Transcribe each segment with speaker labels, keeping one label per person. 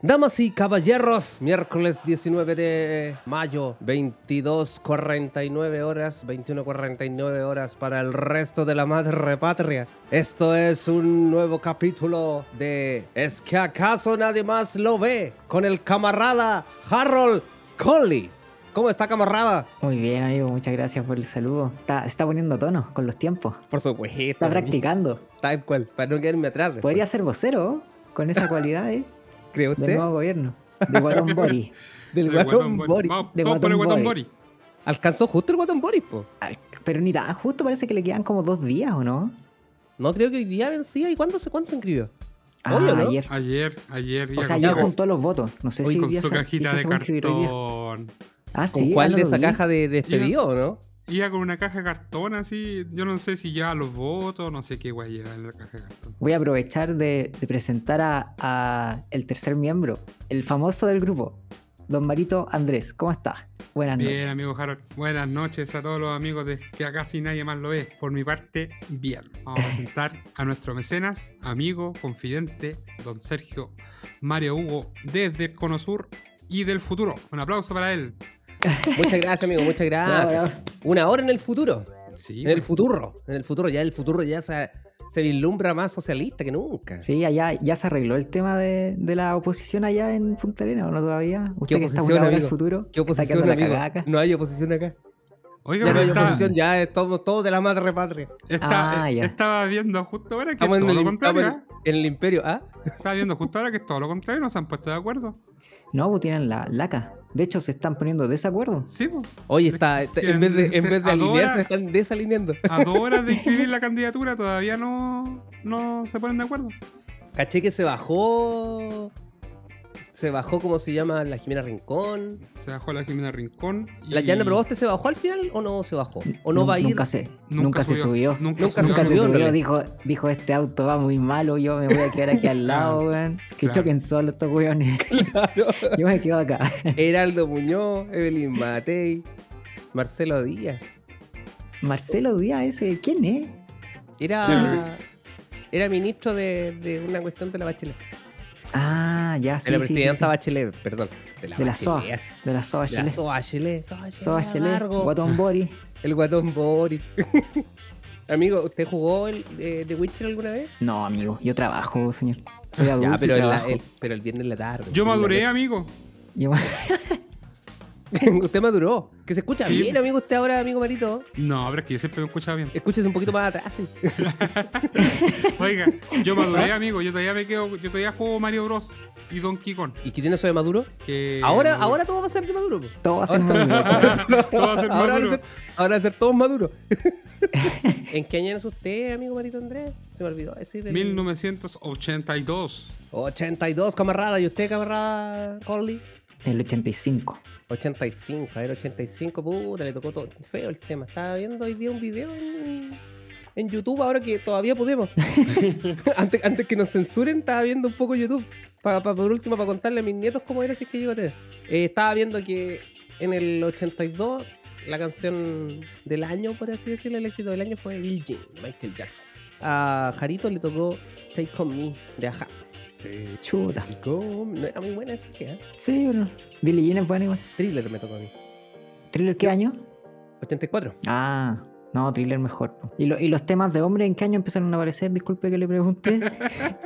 Speaker 1: Damas y caballeros, miércoles 19 de mayo, 22.49 horas, 21.49 horas para el resto de la madre patria. Esto es un nuevo capítulo de Es que acaso nadie más lo ve con el camarada Harold Conley. ¿Cómo está camarada?
Speaker 2: Muy bien, amigo, muchas gracias por el saludo. Está, se está poniendo a tono con los tiempos.
Speaker 1: Por supuesto.
Speaker 2: Está practicando.
Speaker 1: Tal cual, para no quedarme atrás. después.
Speaker 2: Podría ser vocero ¿oh? con esa cualidad ¿eh?
Speaker 1: ¿Cree
Speaker 2: del
Speaker 1: usted?
Speaker 2: nuevo gobierno. De Guatón Boris.
Speaker 1: Del
Speaker 3: El
Speaker 1: guatón Boris.
Speaker 3: Vamos,
Speaker 2: De
Speaker 3: todos por el
Speaker 2: Guatón
Speaker 3: guatón
Speaker 2: Boris.
Speaker 3: Boris.
Speaker 1: Alcanzó justo el guatón Boris, po.
Speaker 2: Ay, Pero ni tan justo parece que le quedan como dos días, ¿o no?
Speaker 1: No creo que hoy día vencía. ¿Y cuándo se, cuándo se inscribió?
Speaker 2: Ah,
Speaker 1: Obvio, ¿no?
Speaker 2: ayer.
Speaker 3: Ayer, ayer,
Speaker 2: O
Speaker 3: ya
Speaker 2: sea,
Speaker 3: con,
Speaker 2: ayer
Speaker 3: su,
Speaker 2: juntó los votos. No sé
Speaker 1: Hoy
Speaker 2: si
Speaker 3: con
Speaker 2: hoy día
Speaker 3: su
Speaker 2: se-
Speaker 3: cajita
Speaker 2: hizo
Speaker 3: de
Speaker 2: su inscribir hoy día.
Speaker 3: cartón.
Speaker 2: Ah,
Speaker 1: ¿Con
Speaker 2: sí.
Speaker 1: cuál
Speaker 2: ah,
Speaker 1: de
Speaker 2: no
Speaker 1: esa
Speaker 2: lo vi.
Speaker 1: caja de despedido, o no?
Speaker 3: Iba con una caja de cartón así. Yo no sé si lleva los votos, no sé qué guay lleva en la caja de cartón.
Speaker 2: Voy a aprovechar de, de presentar a, a el tercer miembro, el famoso del grupo, don Marito Andrés. ¿Cómo está? Buenas
Speaker 3: Bien,
Speaker 2: noches.
Speaker 3: amigo Harold. Buenas noches a todos los amigos de que acá si nadie más lo ve. Por mi parte, bien. Vamos a presentar a nuestro mecenas, amigo, confidente, don Sergio Mario Hugo, desde el Cono Sur y del futuro. Un aplauso para él.
Speaker 1: Muchas gracias, amigo, muchas gracias.
Speaker 2: Bravo, bravo.
Speaker 1: Una hora en el futuro.
Speaker 3: Sí,
Speaker 1: En el futuro. En el futuro, ya el futuro ya se, se vislumbra más socialista que nunca.
Speaker 2: Sí, allá ya se arregló el tema de, de la oposición allá en Punta Arenas, ¿o no todavía? Usted que está
Speaker 1: oposición,
Speaker 2: juntado del
Speaker 1: amigo?
Speaker 2: futuro.
Speaker 1: ¿Qué
Speaker 2: está
Speaker 1: oposición,
Speaker 2: quedando la
Speaker 1: amigo?
Speaker 2: cagada acá.
Speaker 1: No hay oposición acá. Ya
Speaker 3: Oiga,
Speaker 1: no
Speaker 3: pero
Speaker 1: hay
Speaker 3: está-
Speaker 1: oposición, ya estamos todos de la madre patria.
Speaker 3: está- eh,
Speaker 2: Ah, ya.
Speaker 3: estaba viendo justo ahora que es
Speaker 1: Estamos en
Speaker 3: todo
Speaker 1: el,
Speaker 3: lo
Speaker 1: estamos
Speaker 3: contrario. ¿eh?
Speaker 1: en- en el imperio. ¿Ah?
Speaker 3: Estaba viendo justo ahora que es todo lo contrario, no se han puesto de acuerdo.
Speaker 2: No, pues tienen la laca. De hecho, se están poniendo de desacuerdo.
Speaker 3: Sí, po.
Speaker 1: Oye, está, está- en vez de, en vez de
Speaker 3: Adora-
Speaker 1: alinearse, se están desalineando.
Speaker 3: a dos horas de inscribir la candidatura todavía no, no se ponen de acuerdo.
Speaker 1: Caché que se bajó. Se bajó, ¿cómo se llama? La Jimena Rincón.
Speaker 3: Se bajó la Jimena Rincón. y-
Speaker 1: ¿La Yana Proboste se bajó al final o no se bajó? ¿O no
Speaker 2: Nun-
Speaker 1: va a ir?
Speaker 2: Nunca se, nunca se subió.
Speaker 3: Nunca,
Speaker 1: Nunca
Speaker 3: subió.
Speaker 2: Nunca se
Speaker 1: subió, en
Speaker 2: subió,
Speaker 1: realidad.
Speaker 2: dijo, dijo este auto va muy malo, yo me voy a quedar aquí al lado, weón. Que
Speaker 3: claro.
Speaker 2: choquen solo estos weones.
Speaker 1: Claro.
Speaker 2: Yo me quedo acá.
Speaker 1: Heraldo Muñoz, Evelyn Matei, Marcelo Díaz.
Speaker 2: Marcelo Díaz ese, ¿quién es?
Speaker 1: Era, era ministro de, de una cuestión de la Bachelet.
Speaker 2: Ah, ya, sí,
Speaker 1: de la
Speaker 2: sí, sí,
Speaker 1: presidenta
Speaker 2: sí.
Speaker 1: Bachelet, perdón. De la,
Speaker 2: De la SOA.
Speaker 1: Bachelet.
Speaker 2: De la SOA
Speaker 1: De la
Speaker 2: Chile.
Speaker 1: SOA Bachelet. SOA Bachelet,
Speaker 2: SOA Chile,
Speaker 1: largo.
Speaker 2: Guatón Bori.
Speaker 1: El guatón Boris. Amigo, ¿usted jugó el, eh, The Witcher alguna vez?
Speaker 2: No, amigo, yo trabajo, señor. Soy adulto.
Speaker 1: ya, pero,
Speaker 2: y
Speaker 1: en la-
Speaker 2: trabajo.
Speaker 1: el, pero el viernes en la tarde.
Speaker 3: Yo maduré, amigo.
Speaker 2: Yo-
Speaker 1: usted maduró. Que se escucha
Speaker 3: Sí.
Speaker 1: bien, amigo, usted ahora, amigo Marito.
Speaker 3: No, pero es que yo siempre me escuchaba bien.
Speaker 1: Escúchese un poquito más atrás. sí.
Speaker 3: Oiga, yo
Speaker 1: ¿Ah?
Speaker 3: maduré, amigo. Yo todavía me quedo. Yo todavía juego Mario Bros. y Donkey Kong.
Speaker 1: ¿Y qué tiene eso de maduro?
Speaker 3: que
Speaker 1: Ahora,
Speaker 3: maduré.
Speaker 1: ahora todo va a ser de maduro. po.
Speaker 2: Todo va a ser muy loco.
Speaker 3: Todo va a ser
Speaker 1: ahora, van a
Speaker 3: maduro.
Speaker 1: ser, ahora van a ser todos maduros. ¿En qué año es usted, amigo Marito Andrés? Se me olvidó decir. el-
Speaker 3: 1982.
Speaker 1: 82, camarada. ¿Y usted, camarada Conley?
Speaker 2: El 85.
Speaker 1: 85, a ver, 85, puta, le tocó todo feo el tema. Estaba viendo hoy día un video en, en YouTube, ahora que todavía podemos. antes, antes que nos censuren, estaba viendo un poco YouTube. Para, por último, para contarle a mis nietos cómo era si es que yo a tener. Eh, estaba viendo que en el 82, la canción del año, por así decirlo, el éxito del año fue Bill Jean, de Michael Jackson. A Jarito le tocó Take On Me, de Aja.
Speaker 2: Chuta.
Speaker 1: No era muy buena eso, sí, ¿eh?
Speaker 2: Sí, pero. Billie Jean es bueno igual.
Speaker 1: Thriller me tocó a mí.
Speaker 2: ¿Thriller qué año?
Speaker 1: 84.
Speaker 2: Ah, no, thriller mejor. po. ¿Y, lo- y los temas de hombre en qué año empezaron a aparecer? Disculpe que le pregunté.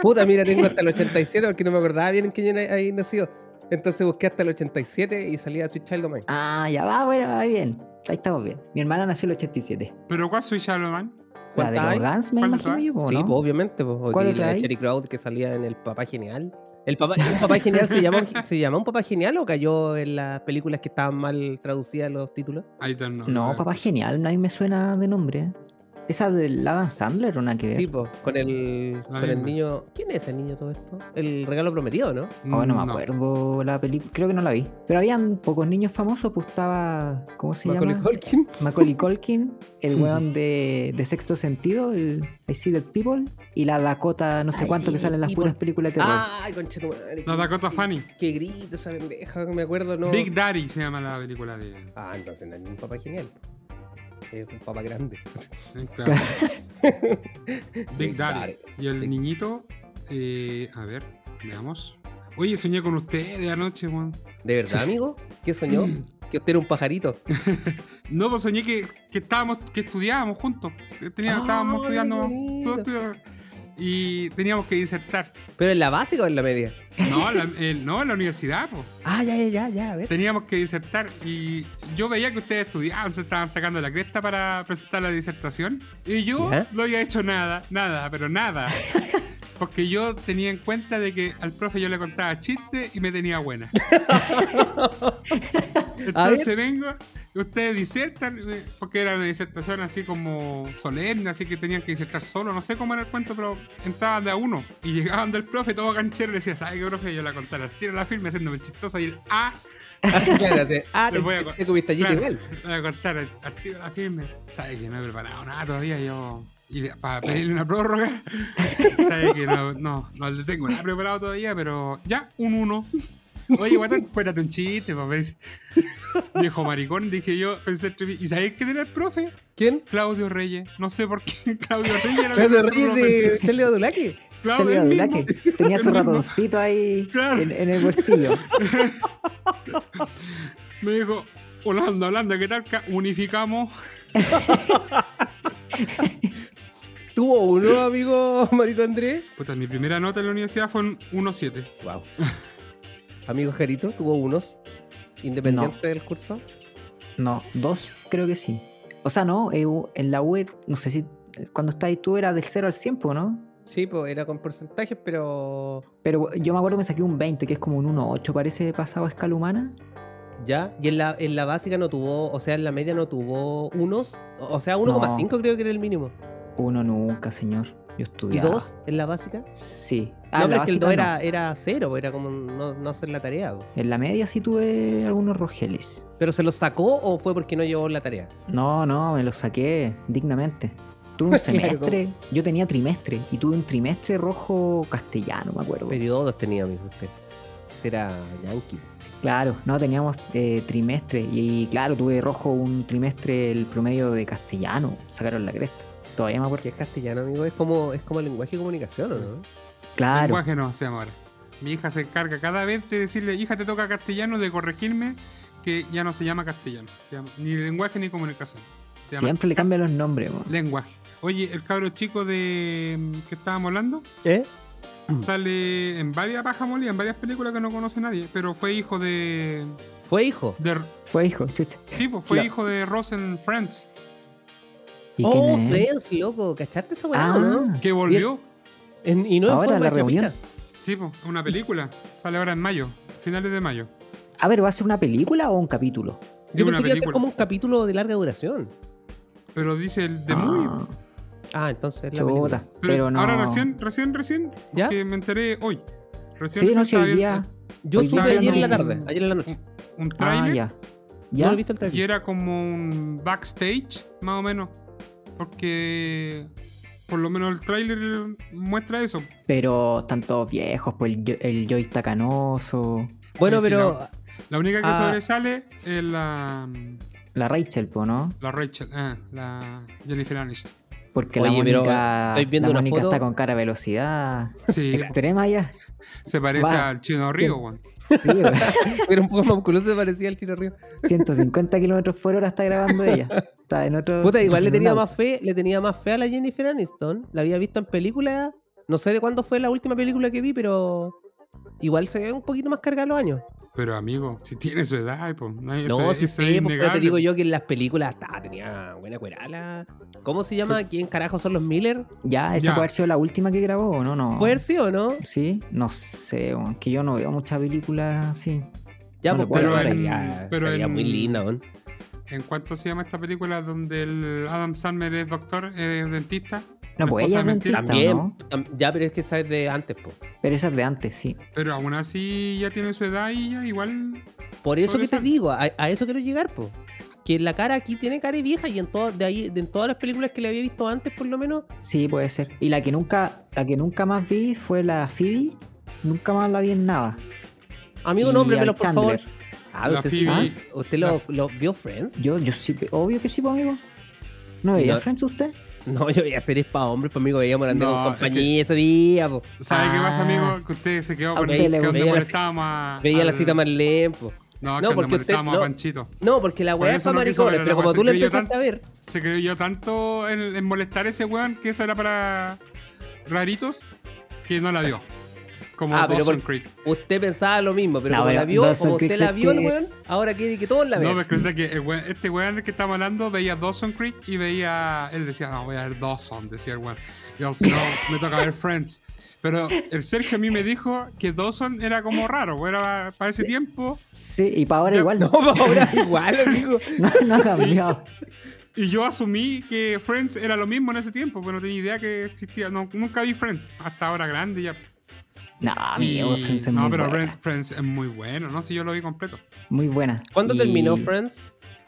Speaker 1: Puta, mira, tengo hasta el 87 porque no me acordaba bien en qué año había nacido. Entonces busqué hasta el 87 y salí a Twitch Child of Mine.
Speaker 2: Ah, ya va, bueno, va bien. Ahí estamos bien. Mi hermana nació en el 87.
Speaker 3: ¿Pero cuál soy Charloman?
Speaker 2: La de
Speaker 1: ¿Cuántas hay?
Speaker 2: los Guns, me
Speaker 3: ¿Cuántas
Speaker 2: imagino
Speaker 3: hay?
Speaker 2: yo, po,
Speaker 1: Sí,
Speaker 2: ¿no?
Speaker 1: pues, obviamente, pues, porque
Speaker 2: ¿Cuál
Speaker 1: la
Speaker 2: otra hay?
Speaker 1: Cherry Crowd que salía en el Papá Genial. ¿El Papá, el papá Genial se llama, se llama un Papá Genial o cayó en las películas que estaban mal traducidas los títulos?
Speaker 3: I don't know.
Speaker 2: No, papá, genial. A mí me suena de nombre. ¿eh? Esa del Adam Sandler, una que ver.
Speaker 1: Sí, pues, con el,
Speaker 3: La
Speaker 1: con el
Speaker 3: misma.
Speaker 1: niño. ¿Quién es ese niño todo esto? El regalo prometido, ¿no?
Speaker 2: Oh, no me acuerdo la película, creo que no la vi. Pero habían pocos niños famosos, pues estaba. ¿Cómo se
Speaker 1: Macaulay
Speaker 2: llama?
Speaker 1: Culkin.
Speaker 2: Macaulay Culkin, el weón de, de sexto sentido, el I See Dead People, y la Dakota, no sé
Speaker 1: I
Speaker 2: cuánto
Speaker 1: See
Speaker 2: que
Speaker 1: Dead
Speaker 2: salen las
Speaker 1: People.
Speaker 2: puras películas de terror.
Speaker 3: Ah,
Speaker 1: Ay, conchetumadre.
Speaker 3: La Dakota Fanning.
Speaker 1: Qué grito esa pendeja, me acuerdo, no.
Speaker 3: Big Daddy se llama la película de.
Speaker 1: Ah, entonces no es un papá genial. Es un papá grande.
Speaker 3: eh, claro. Big
Speaker 1: Big
Speaker 3: Daddy.
Speaker 1: Daddy.
Speaker 3: Y el
Speaker 1: Big-
Speaker 3: niñito. eh, a ver, veamos. Oye, soñé con ustedes anoche, weón.
Speaker 1: ¿De verdad, amigo? ¿Qué soñó? Que usted era un pajarito.
Speaker 3: No, pues soñé que, que estábamos, que estudiábamos juntos. Que tenía-
Speaker 1: Ah,
Speaker 3: estábamos
Speaker 1: qué
Speaker 3: estudiando,
Speaker 1: bonito.
Speaker 3: todos estudiábamos. Y teníamos que disertar.
Speaker 1: ¿Pero en la básica o en la media?
Speaker 3: No, la- el- no en la universidad, pues.
Speaker 1: Ah, ya, ya, ya, ya, a ver.
Speaker 3: Teníamos que disertar y yo veía que ustedes estudiaban, se estaban sacando la cresta para presentar la disertación y yo
Speaker 1: ¿Ya?
Speaker 3: no había hecho nada, nada, pero nada. Porque yo tenía en cuenta de que al profe yo le contaba chistes y me tenía buena. Entonces vengo, y ustedes disertan, eh, porque era una disertación así como solemne, así que tenían que disertar solo, no sé cómo era el cuento, pero entraban de a uno y llegaban del profe todo canchero y le decía, ¿sabes qué, profe? Yo la contara, tiro la firme haciéndome chistosa y el A
Speaker 1: Claro, sí. Ah,
Speaker 3: Les voy a
Speaker 1: te,
Speaker 3: co-
Speaker 1: te comiste allí
Speaker 3: Claro,
Speaker 1: igual.
Speaker 3: le voy a contar al- al tío de la firme. Sabe que no he preparado nada todavía. Yo. Y le- para pedirle una prórroga. Sabe que no, no, no le tengo nada preparado todavía, pero ya, un uno. Oye, guatón, cuéntate un chiste, papá. Viejo maricón, dije yo, pensé entre mí, ¿Y sabéis quién era el profe?
Speaker 1: ¿Quién?
Speaker 3: Claudio Reyes. No sé por qué Claudio Reyes era
Speaker 1: Claudio
Speaker 3: el
Speaker 1: Reyes de Charlie Badulaki.
Speaker 3: Claudio
Speaker 2: Charlie
Speaker 3: el mismo.
Speaker 2: Badulaque tenía su
Speaker 3: El mismo.
Speaker 2: ratoncito ahí
Speaker 3: Claro.
Speaker 2: en, en el bolsillo.
Speaker 3: Me dijo, Holanda, Holanda, ¿qué tal? ca- Unificamos.
Speaker 1: Tuvo uno, amigo Marito Andrés.
Speaker 3: Puta, mi primera nota en la universidad fue un 1-7.
Speaker 1: Wow. Amigo Jarito, tuvo unos. Independiente del curso.
Speaker 2: No, dos creo que sí. O sea, no, eh, u- en la web, no sé si eh, cuando estabas ahí tú era del 0 al 100, po, ¿no?
Speaker 1: Sí, pues era con porcentajes, pero.
Speaker 2: Pero yo me acuerdo que me saqué un 20, que es como un 1.8, parece pasado a escala humana.
Speaker 1: Ya. Y en la, en la básica no tuvo. O sea, en la media no tuvo unos. O sea, 1,5 creo que era el mínimo.
Speaker 2: Uno nunca, señor. Yo
Speaker 1: ¿Y
Speaker 2: estudiaba.
Speaker 1: dos en la básica?
Speaker 2: Sí.
Speaker 1: no,
Speaker 2: Ah,
Speaker 1: pero es que el
Speaker 2: básica
Speaker 1: 2
Speaker 2: no.
Speaker 1: era, era cero, pues, era como no, no hacer la tarea. po.
Speaker 2: En la media sí tuve algunos rogeles.
Speaker 1: ¿Pero se los sacó o fue porque no llevó la tarea?
Speaker 2: No, no, me los saqué dignamente. Tuve un
Speaker 1: Claro,
Speaker 2: semestre, yo tenía trimestre, y tuve un trimestre rojo castellano, me acuerdo.
Speaker 1: Periodos tenía, amigo, usted. Ese Era yankee.
Speaker 2: Claro, no, teníamos eh, trimestre, y, claro, tuve rojo un trimestre el promedio de castellano, sacaron la cresta. Todavía me
Speaker 1: Porque
Speaker 2: acuerdo.
Speaker 1: es castellano, amigo, es como, es como lenguaje de comunicación, ¿o no?
Speaker 2: Claro,
Speaker 3: lenguaje no hacemos ahora. Mi hija se encarga cada vez de decirle, hija, te toca castellano, de corregirme que ya no se llama castellano. Se llama- ni lenguaje ni comunicación. Se llama
Speaker 2: siempre le cambian los nombres. mo.
Speaker 3: lenguaje. Oye, el cabro chico de mm, que estábamos hablando
Speaker 1: ¿Eh?
Speaker 3: sale en varias paja molidas, en varias películas que no conoce nadie, pero fue hijo de.
Speaker 1: Fue hijo.
Speaker 3: de
Speaker 2: Fue hijo, chucha.
Speaker 3: sí, pues, fue
Speaker 1: Claro.
Speaker 3: hijo de Ross en Friends,
Speaker 2: ¿Y
Speaker 1: Oh,
Speaker 2: quién es?
Speaker 1: Friends, loco. ¿Cachaste esa weá,
Speaker 2: Ah,
Speaker 1: o no?
Speaker 3: que volvió.
Speaker 1: En- y no en
Speaker 2: Ahora
Speaker 1: forma
Speaker 2: la
Speaker 1: de
Speaker 2: reunión.
Speaker 1: chapitas.
Speaker 3: Sí, pues, una película. Sale ahora en mayo, finales de mayo.
Speaker 2: a ver, ¿va a ser una película o un capítulo?
Speaker 1: Yo pensé que
Speaker 3: Es una
Speaker 1: iba a ser
Speaker 3: película.
Speaker 1: como un capítulo de larga duración.
Speaker 3: Pero dice el de
Speaker 2: Ah,
Speaker 3: movie.
Speaker 1: Ah, entonces es la
Speaker 2: chuta,
Speaker 1: película.
Speaker 2: pero,
Speaker 3: Pero,
Speaker 2: no.
Speaker 3: ahora recién, recién, recién
Speaker 1: ¿Ya?
Speaker 3: que me enteré hoy. Recién
Speaker 2: Sí, no,
Speaker 3: recién
Speaker 2: sí,
Speaker 3: estaba
Speaker 2: hoy día. Ah,
Speaker 3: viendo
Speaker 1: Yo
Speaker 2: Hoy
Speaker 1: supe
Speaker 3: día
Speaker 1: ayer en la
Speaker 3: no-
Speaker 1: tarde, ayer en la noche.
Speaker 3: un
Speaker 2: Ah,
Speaker 3: trailer
Speaker 2: ya.
Speaker 1: ¿No
Speaker 2: ¿Ya?
Speaker 1: lo viste el
Speaker 3: y
Speaker 1: trailer?
Speaker 3: era como un backstage, más o menos. Porque por lo menos el trailer muestra eso.
Speaker 2: Pero están todos viejos, pues el, Yo- el Joy Takanoso,
Speaker 1: Bueno,
Speaker 3: Sí, sí,
Speaker 1: pero
Speaker 3: La única que
Speaker 1: Ah.
Speaker 3: sobresale es la,
Speaker 2: la Rachel, po, ¿no?
Speaker 3: la Rachel, ah, la Jennifer Aniston.
Speaker 2: Porque la
Speaker 1: Oye, pero
Speaker 2: Mónica,
Speaker 1: estoy viendo
Speaker 2: la
Speaker 1: una
Speaker 2: Mónica
Speaker 1: foto.
Speaker 2: está con cara a velocidad
Speaker 3: Sí,
Speaker 2: extrema ya.
Speaker 3: se parece
Speaker 2: Va.
Speaker 3: al chino Río,
Speaker 2: Sí.
Speaker 3: weón.
Speaker 2: Sí, weón.
Speaker 1: era un poco más musculoso, se parecía al Chino Río.
Speaker 2: 150 kilómetros por hora está grabando ella. Está en otro.
Speaker 1: Puta, igual le
Speaker 2: en un
Speaker 1: tenía
Speaker 2: auto.
Speaker 1: más fe, le tenía más fe a la Jennifer Aniston. La había visto en películas. No sé de cuándo fue la última película que vi, pero igual se ve un poquito más cargada los años.
Speaker 3: Pero amigo, si tiene su edad, pues. No,
Speaker 1: no,
Speaker 3: eso,
Speaker 1: sí, sé,
Speaker 3: eso es
Speaker 1: pues, pero te
Speaker 3: innegable.
Speaker 1: digo yo que en las películas ta, tenía buena cuerala. ¿Cómo se llama? ¿Quién carajo son los Miller?
Speaker 2: Ya, esa
Speaker 3: Ya.
Speaker 2: puede haber sido la última que grabó, ¿o no? no.
Speaker 1: ¿Puede haber sido o no?
Speaker 2: Sí, no sé, weón, que yo no veo muchas películas así.
Speaker 1: Ya,
Speaker 2: No
Speaker 1: pues,
Speaker 2: le
Speaker 1: pero,
Speaker 2: puedo
Speaker 3: dar.
Speaker 1: salía,
Speaker 3: Pero
Speaker 1: salía
Speaker 3: en-
Speaker 1: muy linda, weón.
Speaker 3: ¿En cuánto se llama esta película donde el Adam Sandler es doctor, es dentista?
Speaker 2: No,
Speaker 3: La
Speaker 2: pues ella
Speaker 3: esposa
Speaker 2: es
Speaker 3: de mentira.
Speaker 2: dentista,
Speaker 1: También.
Speaker 2: ¿no?
Speaker 1: tam- Ya, pero es que esa es de antes, pues.
Speaker 2: Pero esa es de antes, sí.
Speaker 3: Pero aún así ya tiene su edad y ya igual.
Speaker 1: Por eso que te
Speaker 3: Sobresale.
Speaker 1: digo, a, a eso quiero llegar, po. Que la cara aquí tiene cara de vieja y en todas de ahí, de- en todas las películas que le había visto antes, por lo menos,
Speaker 2: Sí, puede ser. Y la que nunca, la que nunca más vi fue la Phoebe. Nunca más la vi en nada.
Speaker 1: amigo,
Speaker 2: Y
Speaker 1: nómbremelo,
Speaker 2: al
Speaker 1: por favor.
Speaker 2: Chandler.
Speaker 1: Ah,
Speaker 3: La
Speaker 1: usted,
Speaker 3: Phoebe-
Speaker 1: ah, ¿usted lo,
Speaker 3: la-
Speaker 1: lo vio Friends?
Speaker 2: Yo, yo sí, obvio que sí, pues, amigo. ¿No
Speaker 1: Y
Speaker 2: veía
Speaker 1: la-
Speaker 2: Friends usted?
Speaker 1: No, yo veía series para hombres, pues amigo, veíamos la
Speaker 3: No,
Speaker 1: no,
Speaker 3: es
Speaker 1: compañía ese día, po.
Speaker 3: ¿Sabe qué pasa,
Speaker 2: Ah.
Speaker 3: amigo? Que usted se quedó
Speaker 2: A
Speaker 3: con
Speaker 2: usted
Speaker 3: el
Speaker 2: le
Speaker 3: que donde
Speaker 1: Ah, veía la-
Speaker 3: molestábamos a.
Speaker 1: Veía la
Speaker 3: al-
Speaker 1: cita más lejos.
Speaker 3: No,
Speaker 1: No,
Speaker 3: que
Speaker 1: porque
Speaker 3: donde
Speaker 1: usted-
Speaker 3: molestábamos
Speaker 1: no.
Speaker 3: a Panchito.
Speaker 1: No, porque la
Speaker 3: Por
Speaker 1: weá
Speaker 3: eso
Speaker 1: son
Speaker 3: no quiso
Speaker 1: maricones,
Speaker 3: ver a
Speaker 1: pero
Speaker 3: la
Speaker 1: como tú le
Speaker 3: Guardia Civil, yo
Speaker 1: empezaste a ver,
Speaker 3: Se creyó yo tanto en, en molestar a ese weón que eso era para raritos que no la vio. Como
Speaker 1: Ah, pero
Speaker 3: Dawson
Speaker 1: por-
Speaker 3: Creek.
Speaker 1: usted pensaba lo mismo, pero
Speaker 2: No,
Speaker 1: como
Speaker 2: pero
Speaker 1: la vio,
Speaker 2: Dawson
Speaker 1: como usted
Speaker 2: Creek
Speaker 1: la
Speaker 2: es
Speaker 1: vio el
Speaker 2: que-
Speaker 1: weón, ahora quiere que todos la
Speaker 3: No,
Speaker 1: vean.
Speaker 3: me resulta que el weón- este weón del que estamos hablando veía Dawson Creek y veía. Él decía, no, voy a ver Dawson, decía el weón. Yo, si no, me toca ver Friends. Pero el Sergio a mí me dijo que Dawson era como raro, era para ese tiempo.
Speaker 2: Sí, y para ahora
Speaker 3: Ya,
Speaker 2: igual.
Speaker 1: No,
Speaker 2: No,
Speaker 1: ahora igual, amigo.
Speaker 2: no, ha cambiado.
Speaker 3: Y yo asumí que Friends era lo mismo en ese tiempo, pero no tenía idea que existía. No, nunca vi Friends, hasta ahora grande ya.
Speaker 2: No,
Speaker 3: Y-
Speaker 2: amigo, Ah, Friends es
Speaker 3: no,
Speaker 2: muy
Speaker 3: pero
Speaker 2: buena.
Speaker 3: Friends- Friends es muy bueno, no sé, yo lo vi completo.
Speaker 2: Muy buena.
Speaker 1: ¿Cuándo
Speaker 2: Y
Speaker 1: terminó Friends?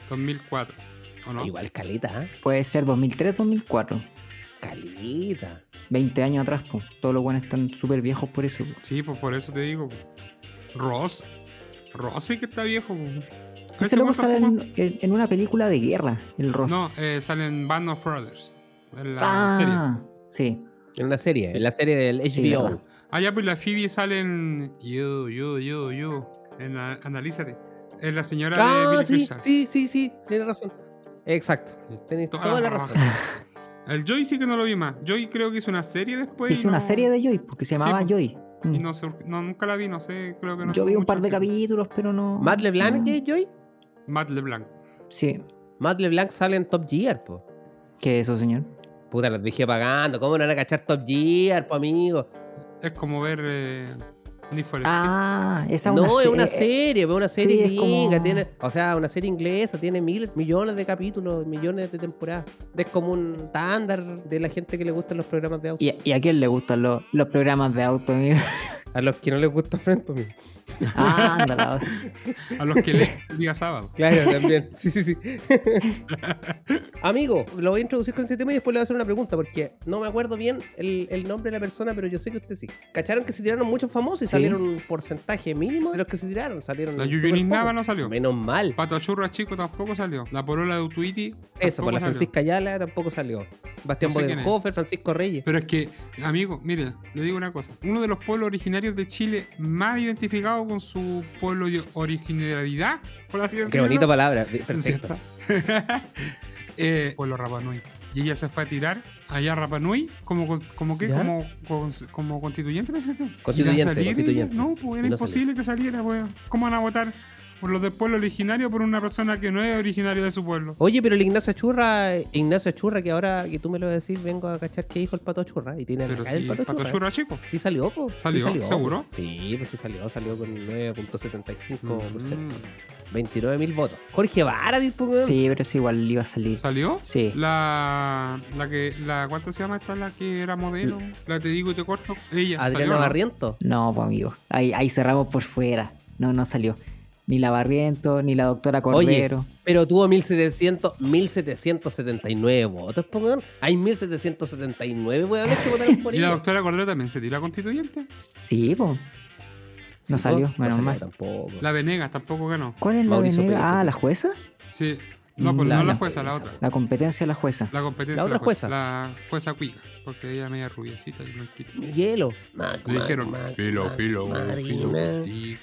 Speaker 3: 2004, ¿o no?
Speaker 1: Igual caleta, ¿eh?
Speaker 2: Puede ser 2003, 2004.
Speaker 1: Caleta.
Speaker 2: 20 años atrás, po. todos los buenos están súper viejos por eso. po.
Speaker 3: Sí, pues por eso te digo. Ross. Ross sí que está viejo. po.
Speaker 2: Ese
Speaker 3: Ese
Speaker 2: loco
Speaker 3: weón
Speaker 2: sale
Speaker 3: tampoco-
Speaker 2: en, en- en una película de guerra, el Ross.
Speaker 3: No, eh, sale en Band of Brothers. En la serie.
Speaker 2: ah, sí.
Speaker 1: En una serie,
Speaker 3: Sí.
Speaker 1: en la serie del HBO.
Speaker 2: Sí, verdad.
Speaker 3: Allá pues la Phoebe sale en. You, you, you, you. En la- Analízate. Es la señora de
Speaker 1: ah,
Speaker 3: Billy
Speaker 1: sí,
Speaker 3: Crystal.
Speaker 1: sí, sí, sí, tienes razón. Exacto, tenés
Speaker 3: Toda
Speaker 1: toda, la
Speaker 3: la razón.
Speaker 1: razón.
Speaker 3: El Joy sí que no lo vi más. Joy creo que hizo una serie después. y
Speaker 2: Hice una
Speaker 3: no-
Speaker 2: serie de Joy, porque se
Speaker 3: Sí,
Speaker 2: llamaba
Speaker 3: po.
Speaker 2: Joy. Mm.
Speaker 3: y no, sé- no, nunca la vi, no sé, creo que no.
Speaker 2: Yo vi un par de
Speaker 3: mucho, sí.
Speaker 2: capítulos, pero no.
Speaker 1: ¿Matt LeBlanc
Speaker 2: no.
Speaker 1: qué, Joy?
Speaker 3: Matt LeBlanc.
Speaker 2: Sí,
Speaker 1: Matt LeBlanc sale en Top Gear, po.
Speaker 2: ¿qué es eso, señor?
Speaker 1: Puta, las dije pagando. ¿Cómo no van a cachar Top Gear, po, amigo?
Speaker 3: Es como ver. Eh, Need for Speed.
Speaker 2: Ah, esa
Speaker 1: no, es
Speaker 2: se-
Speaker 1: una
Speaker 2: eh,
Speaker 1: serie, es una
Speaker 2: sí,
Speaker 1: serie
Speaker 2: es como-
Speaker 1: gringa, tiene, o sea, una serie inglesa, tiene miles, millones de capítulos, millones de temporadas. Es como un estándar de la gente que le gustan los programas de auto.
Speaker 2: ¿Y, y a quién le gustan los, los programas de auto, amigo?
Speaker 1: A los que no les gusta Friends, pues, amigo.
Speaker 2: Ah, anda la voz.
Speaker 3: A los que leen el día sábado.
Speaker 1: Claro, también. Sí, sí, sí. Amigo, lo voy a introducir con ese tema y después le voy a hacer una pregunta, porque no me acuerdo bien el, el nombre de la persona, pero yo sé que usted sí. ¿Cacharon que se tiraron muchos famosos y
Speaker 2: Sí.
Speaker 1: salieron un porcentaje mínimo de los que se tiraron? Salieron.
Speaker 3: La
Speaker 1: súper
Speaker 3: Yuyunis Nava
Speaker 1: pocos.
Speaker 3: no salió.
Speaker 1: Menos mal.
Speaker 3: Pato Churra Chico tampoco salió. La porola de Utuiti.
Speaker 1: Eso,
Speaker 3: tampoco
Speaker 1: por la
Speaker 3: salió.
Speaker 1: Francisca Ayala tampoco salió. Bastián
Speaker 3: No sé quién es.
Speaker 1: Bodenhofer, Francisco Reyes.
Speaker 3: Pero es que, amigo, mire, le digo una cosa. Uno de los pueblos originarios de Chile más identificado con su pueblo y originalidad, por así decirlo.
Speaker 1: Qué bonita palabra. Perfecto.
Speaker 3: ¿Cierto? eh, pueblo Rapa Nui. Y ella se fue a tirar allá a Rapa Nui como, con- como, que,
Speaker 1: ¿Ya?
Speaker 3: como, con- como constituyente, ¿me dijiste?
Speaker 1: Constituyente,
Speaker 3: ¿Irá a salir
Speaker 1: constituyente.
Speaker 3: ella? No, pues era
Speaker 1: No
Speaker 3: imposible que saliera, weón. ¿Cómo van a votar por los del pueblo originario por una persona que no es originaria de su pueblo?
Speaker 1: Oye, pero el Ignacio Churra, Ignacio Churra, que ahora que tú me lo decís, vengo a cachar que dijo el pato Churra. Y tiene
Speaker 3: Pero
Speaker 1: acá
Speaker 3: sí,
Speaker 1: el ¿eh? pato, Churra.
Speaker 3: Churra, chico.
Speaker 1: Sí salió, po. Sí
Speaker 3: ¿Salió? ¿Seguro?
Speaker 1: po. Sí, pues sí salió. Salió con 9.75%.
Speaker 3: Mm.
Speaker 1: 29 mil votos. Jorge Vara, tipo, weón.
Speaker 2: Sí, pero eso igual iba a salir.
Speaker 3: ¿Salió?
Speaker 2: Sí.
Speaker 3: La, la que, la, ¿cuánto se llama esta? La que era modelo. La te digo y te corto. Ella. salió,
Speaker 1: Mm. Adriana
Speaker 3: ¿no?
Speaker 1: Barriento.
Speaker 2: No, pues amigo. Ahí, ahí cerramos por fuera. No, no salió. Ni la Barriento, ni la doctora Cordero.
Speaker 1: Pero tuvo 1700, 1779 votos, po, weón. Hay 1779 weones que votaron por
Speaker 3: Y la
Speaker 1: ella.
Speaker 3: doctora Cordero también se tiró a constituyente.
Speaker 2: Sí, pues. No salió, menos mal.
Speaker 1: Tampoco.
Speaker 3: La Venegas tampoco ganó.
Speaker 2: ¿Cuál es la
Speaker 1: Mauricio
Speaker 2: Venegas?
Speaker 1: Pérez.
Speaker 2: Ah, la jueza.
Speaker 3: Sí. No, pues
Speaker 2: La-
Speaker 3: no la
Speaker 2: la
Speaker 3: jueza, la
Speaker 1: jueza.
Speaker 3: otra.
Speaker 2: La competencia de la jueza.
Speaker 3: La competencia.
Speaker 1: La otra jueza.
Speaker 3: La jueza cuica. Porque ella media rubiecita y blanquita.
Speaker 1: Miguelo. Mac,
Speaker 3: Le
Speaker 1: Mac,
Speaker 3: dijeron,
Speaker 1: Mac,
Speaker 3: filo,
Speaker 1: Mac,
Speaker 3: filo, filo
Speaker 1: Marina.
Speaker 3: contigo.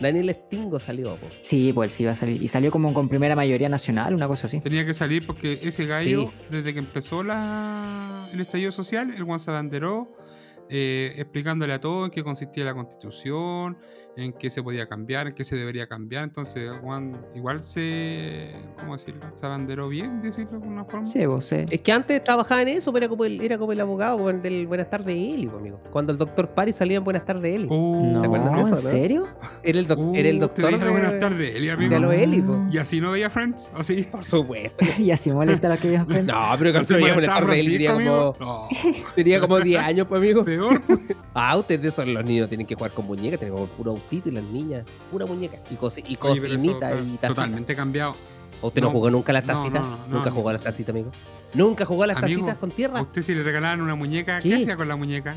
Speaker 1: Daniel Estingo salió, po.
Speaker 2: Sí, pues sí iba a salir. Y salió como con primera mayoría nacional, una cosa así.
Speaker 3: Tenía que salir porque ese gallo, desde que empezó la, el estallido social, el Juan se abanderó eh, explicándole a todos en qué consistía la constitución, en qué se podía cambiar, en qué se debería cambiar. Entonces, Juan igual se. ¿Cómo decirlo? Se abanderó bien, decirlo de alguna forma.
Speaker 2: Sí, pues sí.
Speaker 1: Es que antes trabajaba en eso, pero era como el, era como el abogado como el del Buenas tardes Eli, po, amigo. Cuando el doctor Paris salía en Buenas tardes Eli.
Speaker 3: Uh,
Speaker 2: No,
Speaker 1: ¿se acuerdan de
Speaker 2: ¿en
Speaker 1: eso, no?
Speaker 2: serio?
Speaker 1: Era el, doc-
Speaker 3: uh,
Speaker 1: era el
Speaker 3: te
Speaker 1: doctor
Speaker 3: dije
Speaker 1: de,
Speaker 3: buenas tardes, Eli, amigo. Mm.
Speaker 1: de E. los Eli, po.
Speaker 2: Ah.
Speaker 3: Y así no veía Friends, así.
Speaker 1: Por supuesto.
Speaker 2: y así molesta a la que vio enfrente.
Speaker 1: No, pero cuando veía Buenas
Speaker 3: molestaba
Speaker 1: tardes Eli tenía
Speaker 3: Francisco,
Speaker 1: como,
Speaker 3: amigo.
Speaker 1: tenía como 10 años, pues, amigo.
Speaker 3: No, peor.
Speaker 1: Ah, ustedes de son los niños tienen que jugar con muñecas, tienen que jugar puro autito y las niñas, pura muñeca. Y, cosi- y
Speaker 3: Oye, pero eso
Speaker 1: cocinita
Speaker 3: está
Speaker 1: y tacita.
Speaker 3: Totalmente cambiado.
Speaker 1: ¿O ¿Usted no,
Speaker 3: No,
Speaker 1: jugó nunca a las
Speaker 3: no, no,
Speaker 1: tacitas?
Speaker 3: no,
Speaker 1: ¿Nunca
Speaker 3: no.
Speaker 1: jugó a las tacitas, amigo? ¿Nunca jugó a las
Speaker 3: Amigo,
Speaker 1: tacitas con
Speaker 3: ¿A
Speaker 1: tierra?
Speaker 3: usted si le regalaban una muñeca, ¿qué,
Speaker 1: ¿Qué?
Speaker 3: hacía con la muñeca?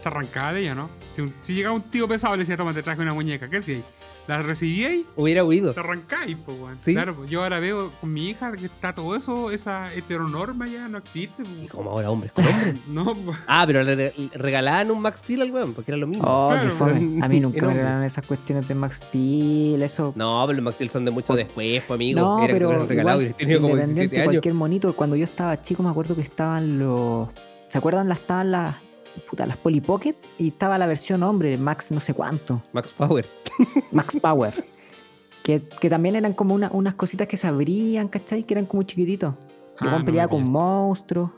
Speaker 3: se arrancaba de ella, ¿no? Si, un- si llegaba un tío pesado y le decía, toma, te traje una muñeca, ¿qué hacíais? ¿La recibíais?
Speaker 1: Hubiera huido.
Speaker 3: Te arrancáis, pues, weón.
Speaker 1: Sí.
Speaker 3: Claro, pues, yo ahora veo con mi hija que está todo eso, esa heteronorma ya no existe, pues.
Speaker 1: Y como ahora hombres con hombres.
Speaker 3: No, pues,
Speaker 1: Ah, pero le re- regalaban un Max Steel al weón, porque era lo mismo.
Speaker 2: Oh, qué
Speaker 3: Claro,
Speaker 2: fome.
Speaker 1: pero-
Speaker 2: A
Speaker 1: era
Speaker 2: mí nunca me
Speaker 1: hombre.
Speaker 2: regalaron esas cuestiones de Max Steel, eso.
Speaker 1: No, pero los Max Steel son de mucho después, pues, amigo.
Speaker 2: No,
Speaker 1: era que te
Speaker 2: pero
Speaker 1: hubieran regalado
Speaker 2: igual,
Speaker 1: y tenía como
Speaker 2: independiente,
Speaker 1: 17 años.
Speaker 2: cualquier monito. Cuando yo estaba chico me acuerdo que estaban los... ¿Se acuerdan? Las estaban las... Puta, las Polly Pocket y estaba la versión hombre, Max no sé cuánto,
Speaker 1: Max Power.
Speaker 2: Max Power. que, que también eran como una- unas cositas que se abrían, ¿cachai? Que eran como chiquititos.
Speaker 3: Ah,
Speaker 2: Yo
Speaker 3: no
Speaker 2: peleaba
Speaker 3: me
Speaker 2: con
Speaker 3: pillaste.
Speaker 2: monstruos.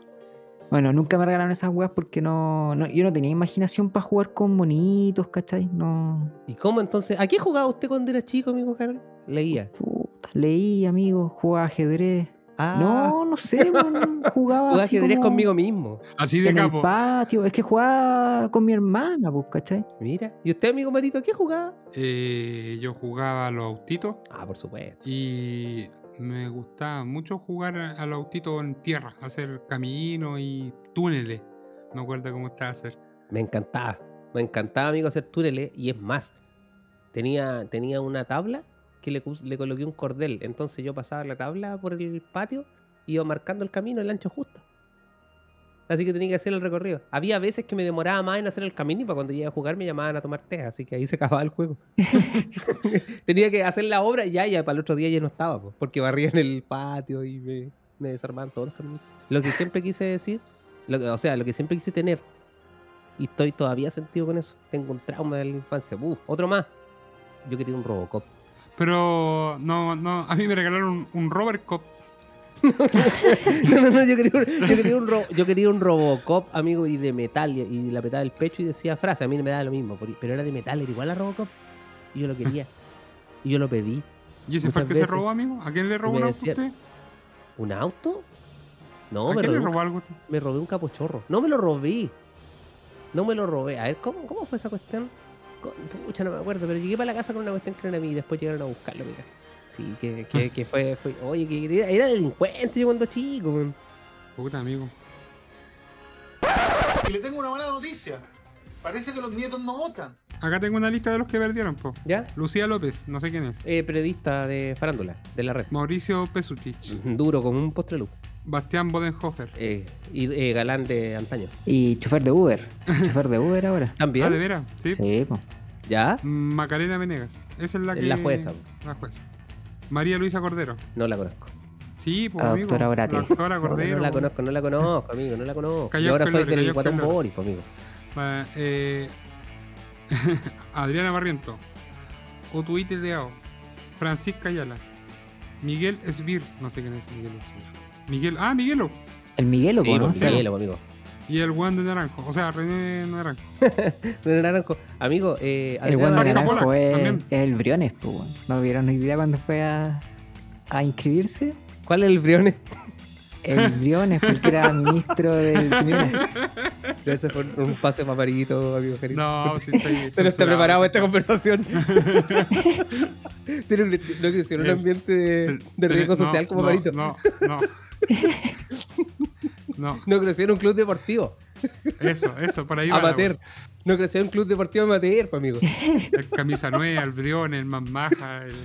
Speaker 2: Bueno, nunca me regalaron esas weas porque no, no- yo no tenía imaginación para jugar con monitos, ¿cachai? No.
Speaker 1: ¿Y cómo entonces? ¿A qué jugaba usted cuando era chico, amigo Carol? Leía.
Speaker 2: Puta, leí, amigo, jugaba ajedrez.
Speaker 1: Ah,
Speaker 2: No, no sé, weón, jugaba
Speaker 1: jugaba
Speaker 2: así
Speaker 1: ajedrez
Speaker 2: como
Speaker 1: conmigo mismo.
Speaker 3: así de
Speaker 2: en el
Speaker 3: capo.
Speaker 2: patio. Es que jugaba con mi hermana, pues, ¿cachai?
Speaker 1: Mira. ¿Y usted, amigo Marito, a qué jugaba?
Speaker 3: Eh, yo jugaba a los autitos
Speaker 1: Ah, por supuesto.
Speaker 3: y me gustaba mucho jugar a- a los autitos en tierra, hacer caminos y túneles. Me acuerdo cómo estaba hacer.
Speaker 1: Me encantaba. Me encantaba, amigo, hacer túneles. Y es más, tenía, tenía una tabla que le, cus- le coloqué un cordel. Entonces yo pasaba la tabla por el patio, iba marcando el camino, el ancho justo. Así que tenía que hacer el recorrido. Había veces que me demoraba más en hacer el camino y para cuando llegué a jugar me llamaban a tomar té, así que ahí se acababa el juego. tenía que hacer la obra y ya, ya para el otro día ya no estaba, po, porque barría en el patio y me, me desarmaban todos los caminos. Lo que siempre quise decir, lo que- o sea, lo que siempre quise tener, y estoy todavía sentido con eso. Tengo un trauma de la infancia. Uh, otro más. Yo quería un Robocop.
Speaker 3: Pero no, no, a mí me regalaron un, un Robert Cop.
Speaker 1: no, no, no, yo quería, un, yo, quería un ro- yo quería un Robocop, amigo, y de metal. Y, y la petaba el pecho y decía frase. A mí me daba lo mismo, por- pero era de metal, era igual a Robocop. Y yo lo quería. Y yo lo pedí.
Speaker 3: ¿Y ese fue
Speaker 1: Muchas
Speaker 3: el que
Speaker 1: veces.
Speaker 3: se robó, amigo? ¿A quién le robó
Speaker 1: Me
Speaker 3: un auto
Speaker 1: decía-
Speaker 3: usted?
Speaker 1: ¿Un auto? No,
Speaker 3: ¿A
Speaker 1: me
Speaker 3: quién
Speaker 1: robé,
Speaker 3: le
Speaker 1: un,
Speaker 3: robó algo usted?
Speaker 1: me robé un capochorro. No me lo robé. No me lo robé. A ver, ¿cómo, cómo fue esa cuestión? Co- Pucha, no me acuerdo, pero llegué para la casa con una cuestión que no era mía y después llegaron a buscarlo a mi casa. Sí, que,
Speaker 3: Ah.
Speaker 1: que, que fue, fue. Oye, que era, era delincuente yo cuando chico, weón.
Speaker 3: Puta, amigo.
Speaker 4: Y le tengo una mala noticia. Parece que los nietos no votan.
Speaker 3: Acá tengo una lista de los que perdieron, po.
Speaker 1: ¿Ya?
Speaker 3: Lucía López, no sé quién es.
Speaker 1: Eh, periodista de farándula, de la red.
Speaker 3: Mauricio Pesutich.
Speaker 1: Duro como un postre luz.
Speaker 3: Bastián Bodenhofer.
Speaker 1: Mm.
Speaker 3: Ah,
Speaker 1: Eh, y eh, galán de antaño.
Speaker 2: Y chofer de Uber. chofer de Uber ahora.
Speaker 3: Ah, de
Speaker 1: También.
Speaker 3: veras, sí.
Speaker 2: Sí, pues.
Speaker 1: ¿Ya?
Speaker 3: Macarena Venegas. Esa es la
Speaker 1: Es
Speaker 3: que.
Speaker 1: la jueza.
Speaker 3: La jueza. María Luisa Cordero.
Speaker 1: No la conozco.
Speaker 3: Sí, pues
Speaker 2: La
Speaker 3: amigo.
Speaker 2: doctora Bratel.
Speaker 3: La
Speaker 1: No,
Speaker 3: doctora
Speaker 1: no,
Speaker 3: Cordero.
Speaker 1: no la
Speaker 3: po.
Speaker 1: conozco, no la conozco, amigo, no la conozco.
Speaker 3: Cayó
Speaker 1: Yo ahora
Speaker 3: el
Speaker 1: soy
Speaker 3: color, cayó
Speaker 1: del
Speaker 3: el
Speaker 1: guatón
Speaker 3: color.
Speaker 1: Boris, amigo.
Speaker 3: Va, pues, eh, Adriana Barriento. Otuite Leao. Francisca Ayala. Miguel Esbir. No sé quién es Miguel Esbir. Miguel. Ah, Miguelo.
Speaker 2: El Miguelo,
Speaker 1: Sí,
Speaker 2: po, ¿no?
Speaker 1: pues,
Speaker 3: Sí.
Speaker 1: Miguelo, amigo.
Speaker 3: Y el Juan de Naranjo. O sea, René Naranjo.
Speaker 1: René Naranjo. Amigo, eh,
Speaker 2: El
Speaker 1: Adriana
Speaker 2: bueno
Speaker 3: Naranjo
Speaker 1: Naranjo-
Speaker 2: naranjo
Speaker 3: Polak,
Speaker 2: es,
Speaker 3: también.
Speaker 2: es el Briones, pues, weón. ¿No vieron hoy día cuando fue a, a inscribirse?
Speaker 1: ¿Cuál es el Briones?
Speaker 2: El Briones, porque era ministro del Briones.
Speaker 1: Pero ese fue un un pase paparito, amigo Jerry.
Speaker 3: No, sí, está ahí.
Speaker 1: Se no está
Speaker 3: censurado.
Speaker 1: preparado este esta conversación. Tiene un, lo que decir, un
Speaker 3: Eh,
Speaker 1: ambiente de, de riesgo
Speaker 3: No,
Speaker 1: social como
Speaker 3: no,
Speaker 1: Marito. No,
Speaker 3: No, no. No,
Speaker 1: creció en un club deportivo
Speaker 3: eso, eso, por ahí va la
Speaker 1: amateur. No creció en un club deportivo amateur, pues, amigo.
Speaker 3: El camisa nueva, el brión, el mamaja. el-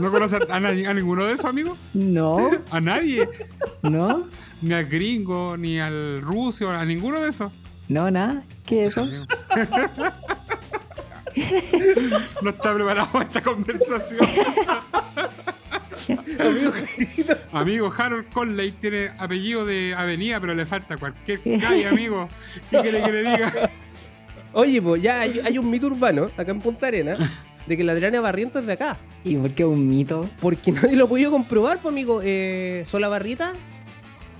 Speaker 3: ¿No conoces a, nadie- a ninguno de esos, amigo?
Speaker 2: No,
Speaker 3: A nadie.
Speaker 2: no,
Speaker 3: Ni al gringo, ni al ruso, a ninguno de esos.
Speaker 2: no, nada. ¿Qué es eso?
Speaker 3: Amigo. No está preparado para esta conversación.
Speaker 1: amigo querido.
Speaker 3: Amigo, Harold Conley tiene apellido de avenida, pero le falta cualquier calle, amigo. ¿Qué quiere que le diga?
Speaker 1: Oye, pues ya hay, hay un mito urbano acá en Punta Arena de que la Adriana Barrientos es de acá.
Speaker 2: ¿Y por qué un mito?
Speaker 1: Porque nadie lo ha podido comprobar, pues, amigo. Eh, Sola Barrita,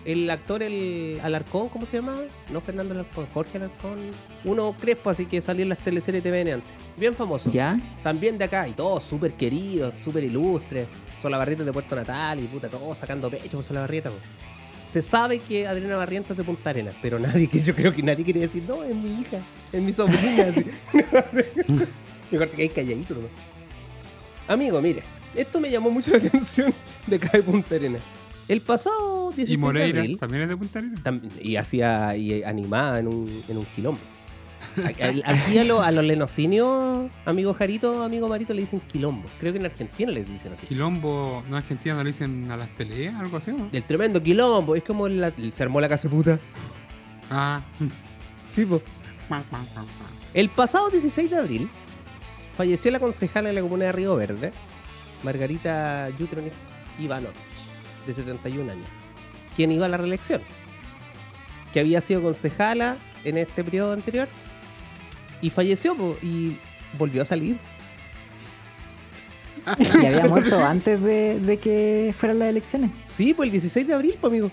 Speaker 1: el actor, el Alarcón, ¿cómo se llama? No Fernando Alarcón, Jorge Alarcón. Uno crespo, así que salía en las teleseries de TVN antes. Bien famoso.
Speaker 2: ¿Ya?
Speaker 1: También de acá, y todos súper queridos, súper ilustres. Solabarrieta de Puerto Natal y puta, todos sacando pecho pues, por Solabarrieta. po. Se sabe que Adriana Barrientos es de Punta Arenas, pero nadie, que yo creo que nadie quiere decir, no, es mi hija, es mi sobrina. así. Mejor te quedáis calladito, nomás. Amigo, mire, esto me llamó mucho la atención de acá de Punta Arenas. El pasado 16
Speaker 3: Y
Speaker 1: de
Speaker 3: Moreira
Speaker 1: abril,
Speaker 3: también es de Punta Arenas.
Speaker 1: tam- y hacía y animada en un, en un quilombo. Aquí- Aquí a, los- a los lenocinios, amigo Jarito, amigo Marito, le dicen quilombo. Creo que en Argentina les dicen así.
Speaker 3: Quilombo, no Argentina no le dicen a las peleas, algo así, ¿no?
Speaker 1: Del tremendo quilombo. Es como la- se armó la casa de puta.
Speaker 3: Ah.
Speaker 1: Sí, po. El pasado 16 de abril falleció la concejala de la comuna de Río Verde, Margarita Yutronik Ivanovich, de 71 años, quien iba a la reelección, que había sido concejala en este periodo anterior y falleció po, y volvió a salir.
Speaker 2: Y había muerto antes de, de que fueran las elecciones.
Speaker 1: Sí, pues el 16 de abril, pues amigo.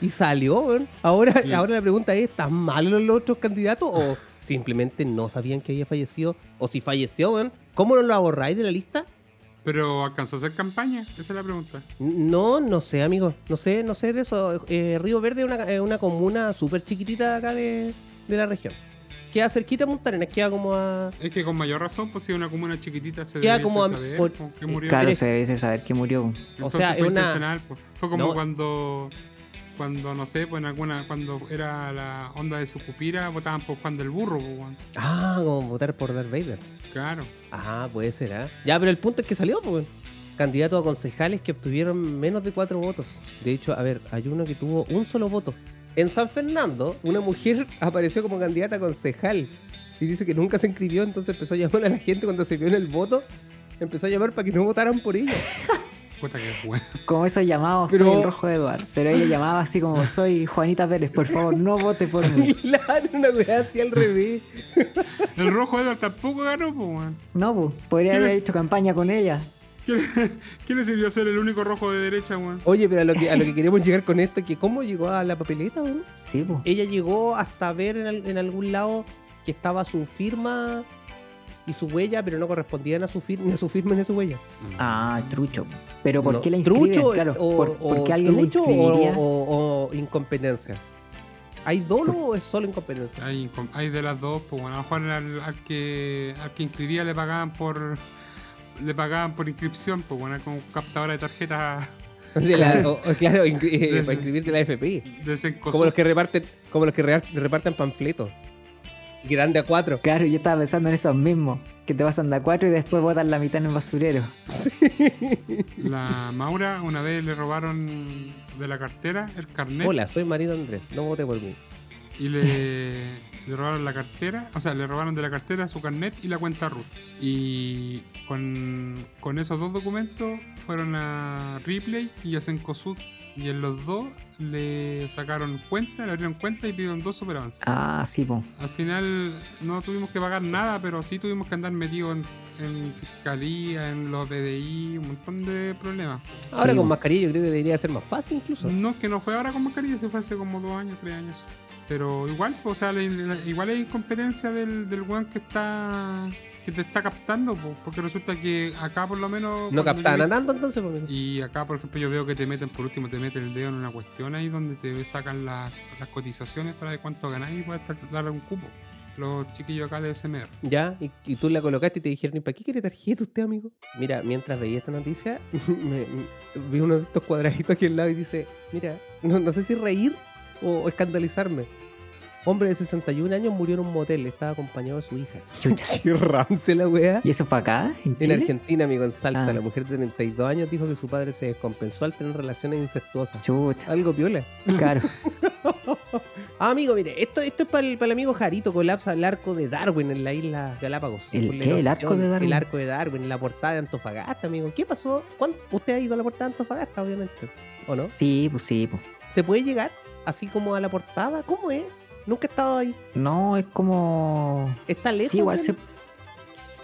Speaker 1: Y salió, weón. Ahora,
Speaker 3: Sí.
Speaker 1: ahora la pregunta es, ¿están malos los otros candidatos o simplemente no sabían que había fallecido? O si falleció, weón, ¿cómo no lo borráis de la lista?
Speaker 3: Pero alcanzó a hacer campaña, esa es la pregunta.
Speaker 1: No, no sé, amigo. No sé, no sé de eso. Eh, Río Verde es una, es una comuna súper chiquitita acá de, de la región. Queda cerquita de Puntarenas, queda como a...
Speaker 3: Es que con mayor razón, pues si es una comuna chiquitita se
Speaker 1: Queda
Speaker 3: debiese
Speaker 1: como a-
Speaker 3: saber
Speaker 1: por-
Speaker 3: po, que murió.
Speaker 2: Claro,
Speaker 1: Pero-
Speaker 2: se debe saber que murió.
Speaker 1: o
Speaker 3: Entonces
Speaker 1: sea,
Speaker 3: fue
Speaker 1: es una-
Speaker 3: intencional, po. Fue como
Speaker 1: No.
Speaker 3: cuando, cuando, no sé, pues en alguna, cuando era la onda de Sucupira, votaban por Juan del Burro, po, weón.
Speaker 1: Ah, como votar por Darth Vader.
Speaker 3: Claro.
Speaker 1: Ah, puede ser, ¿ah? Ya, pero el punto es que salió, pues. Candidatos a concejales que obtuvieron menos de cuatro votos. De hecho, a ver, hay uno que tuvo un solo voto. En San Fernando, una mujer apareció como candidata a concejal y dice que nunca se inscribió, entonces empezó a llamar a la gente cuando se vio en el voto. Empezó a llamar para que no votaran por ella.
Speaker 3: Puta que weón.
Speaker 2: Como esos llamados,
Speaker 1: Pero-
Speaker 2: soy el rojo de Edwards. Pero ella llamaba así como, soy Juanita Pérez, por favor, no vote por mí.
Speaker 1: Claro, una weá así al revés.
Speaker 3: El rojo Edward tampoco ganó, po, weón.
Speaker 2: No, pues, podría
Speaker 3: ¿Quién
Speaker 2: haber
Speaker 3: es?
Speaker 2: hecho campaña con ella.
Speaker 3: ¿Quién, quién le sirvió ser el único rojo de derecha, weón?
Speaker 1: Oye, pero a lo, que, a lo que queremos llegar con esto, que cómo llegó a la papeleta, weón.
Speaker 2: Sí, pues.
Speaker 1: ella llegó hasta ver en, al- en algún lado que estaba su firma y su huella, pero no correspondían a su firma, ni a su firma ni a su huella.
Speaker 2: Ah, trucho. Pero ¿por
Speaker 1: No.
Speaker 2: qué la inscriben?
Speaker 1: Trucho, eh,
Speaker 2: claro,
Speaker 1: o-
Speaker 2: ¿por,
Speaker 1: o
Speaker 2: por qué alguien la
Speaker 1: trucho o-
Speaker 2: inscribiría?
Speaker 1: o, o incompetencia? ¿Hay dolo o es solo incompetencia?
Speaker 3: Hay, incom- hay de las dos, pues bueno, a lo mejor al, al que, al que inscribía le pagaban por le pagaban por inscripción, pues bueno, con captadora de tarjetas
Speaker 1: De la- o- o, claro, in- eh,
Speaker 3: Desde-
Speaker 1: para inscribir de la FPI.
Speaker 3: de Cencosud.
Speaker 1: Como los que reparten, como los que rea- reparten panfletos. Grande a cuatro.
Speaker 2: Claro, yo estaba pensando en esos mismos, que te pasan de a cuatro y después botan la mitad en el basurero.
Speaker 3: La Maura una vez le robaron de la cartera el carnet
Speaker 1: Hola, soy marido Andrés, no vote por mí.
Speaker 3: y le, le robaron la cartera, o sea, le robaron de la cartera su carnet y la cuenta RUT. Y con, con esos dos documentos fueron a Ripley y a Cencosud. Y en los dos le sacaron cuenta, le abrieron cuenta y pidieron dos superavances.
Speaker 2: Ah, sí, pues.
Speaker 3: Al final no tuvimos que pagar nada, pero sí tuvimos que andar metidos en, en fiscalía, en los BDI, un montón de problemas.
Speaker 1: Ahora
Speaker 2: Sí.
Speaker 1: con mascarilla yo creo que debería ser más fácil incluso.
Speaker 3: No, que no fue ahora con mascarilla, se fue hace como dos años, tres años. Pero igual, o sea, la- la- igual hay incompetencia del, del weón que está que te está captando, po, porque resulta que acá por lo menos...
Speaker 1: No
Speaker 3: cuando yo
Speaker 1: captaban
Speaker 3: vi-
Speaker 1: tanto entonces. por ejemplo.
Speaker 3: Y acá, por ejemplo, yo veo que te meten, por último, te meten el dedo en una cuestión ahí donde te sacan las, las cotizaciones para ver cuánto ganáis y puedes darle un cupo. Los chiquillos acá de SMR.
Speaker 1: Ya, y, y tú la colocaste y te dijeron, ¿y para qué quiere tarjeta usted, amigo? Mira, mientras veía esta noticia, me- me- vi uno de estos cuadraditos aquí al lado y dice, mira, no, no sé si reír o, o escandalizarme. Hombre de 61 años murió en un motel, estaba acompañado de su hija.
Speaker 2: Chucha.
Speaker 1: ¡Qué rance la weá!
Speaker 2: ¿Y eso fue acá? ¿En
Speaker 1: En
Speaker 2: Chile?
Speaker 1: Argentina, amigo, en Salta,
Speaker 2: Ah.
Speaker 1: la mujer de 32 años dijo que su padre se descompensó al tener relaciones incestuosas.
Speaker 2: Chucha,
Speaker 1: Algo piola.
Speaker 2: claro.
Speaker 1: Ah, amigo, mire, esto, esto es para el, amigo Jarito, colapsa el arco de Darwin en la isla Galápagos.
Speaker 2: ¿El
Speaker 1: Por la
Speaker 2: qué? ¿El arco
Speaker 1: erosión,
Speaker 2: de Darwin?
Speaker 1: El arco de Darwin, la portada de Antofagasta, amigo. ¿Qué pasó? ¿Cuán- ¿Usted ha ido a la portada de Antofagasta, obviamente? ¿O no?
Speaker 2: Sí, pues sí, pues.
Speaker 1: ¿Se puede llegar así como a la portada? ¿Cómo es? Nunca he estado ahí.
Speaker 2: No, es como...
Speaker 1: ¿Está lejos?
Speaker 2: Sí, igual
Speaker 1: weón?
Speaker 2: se...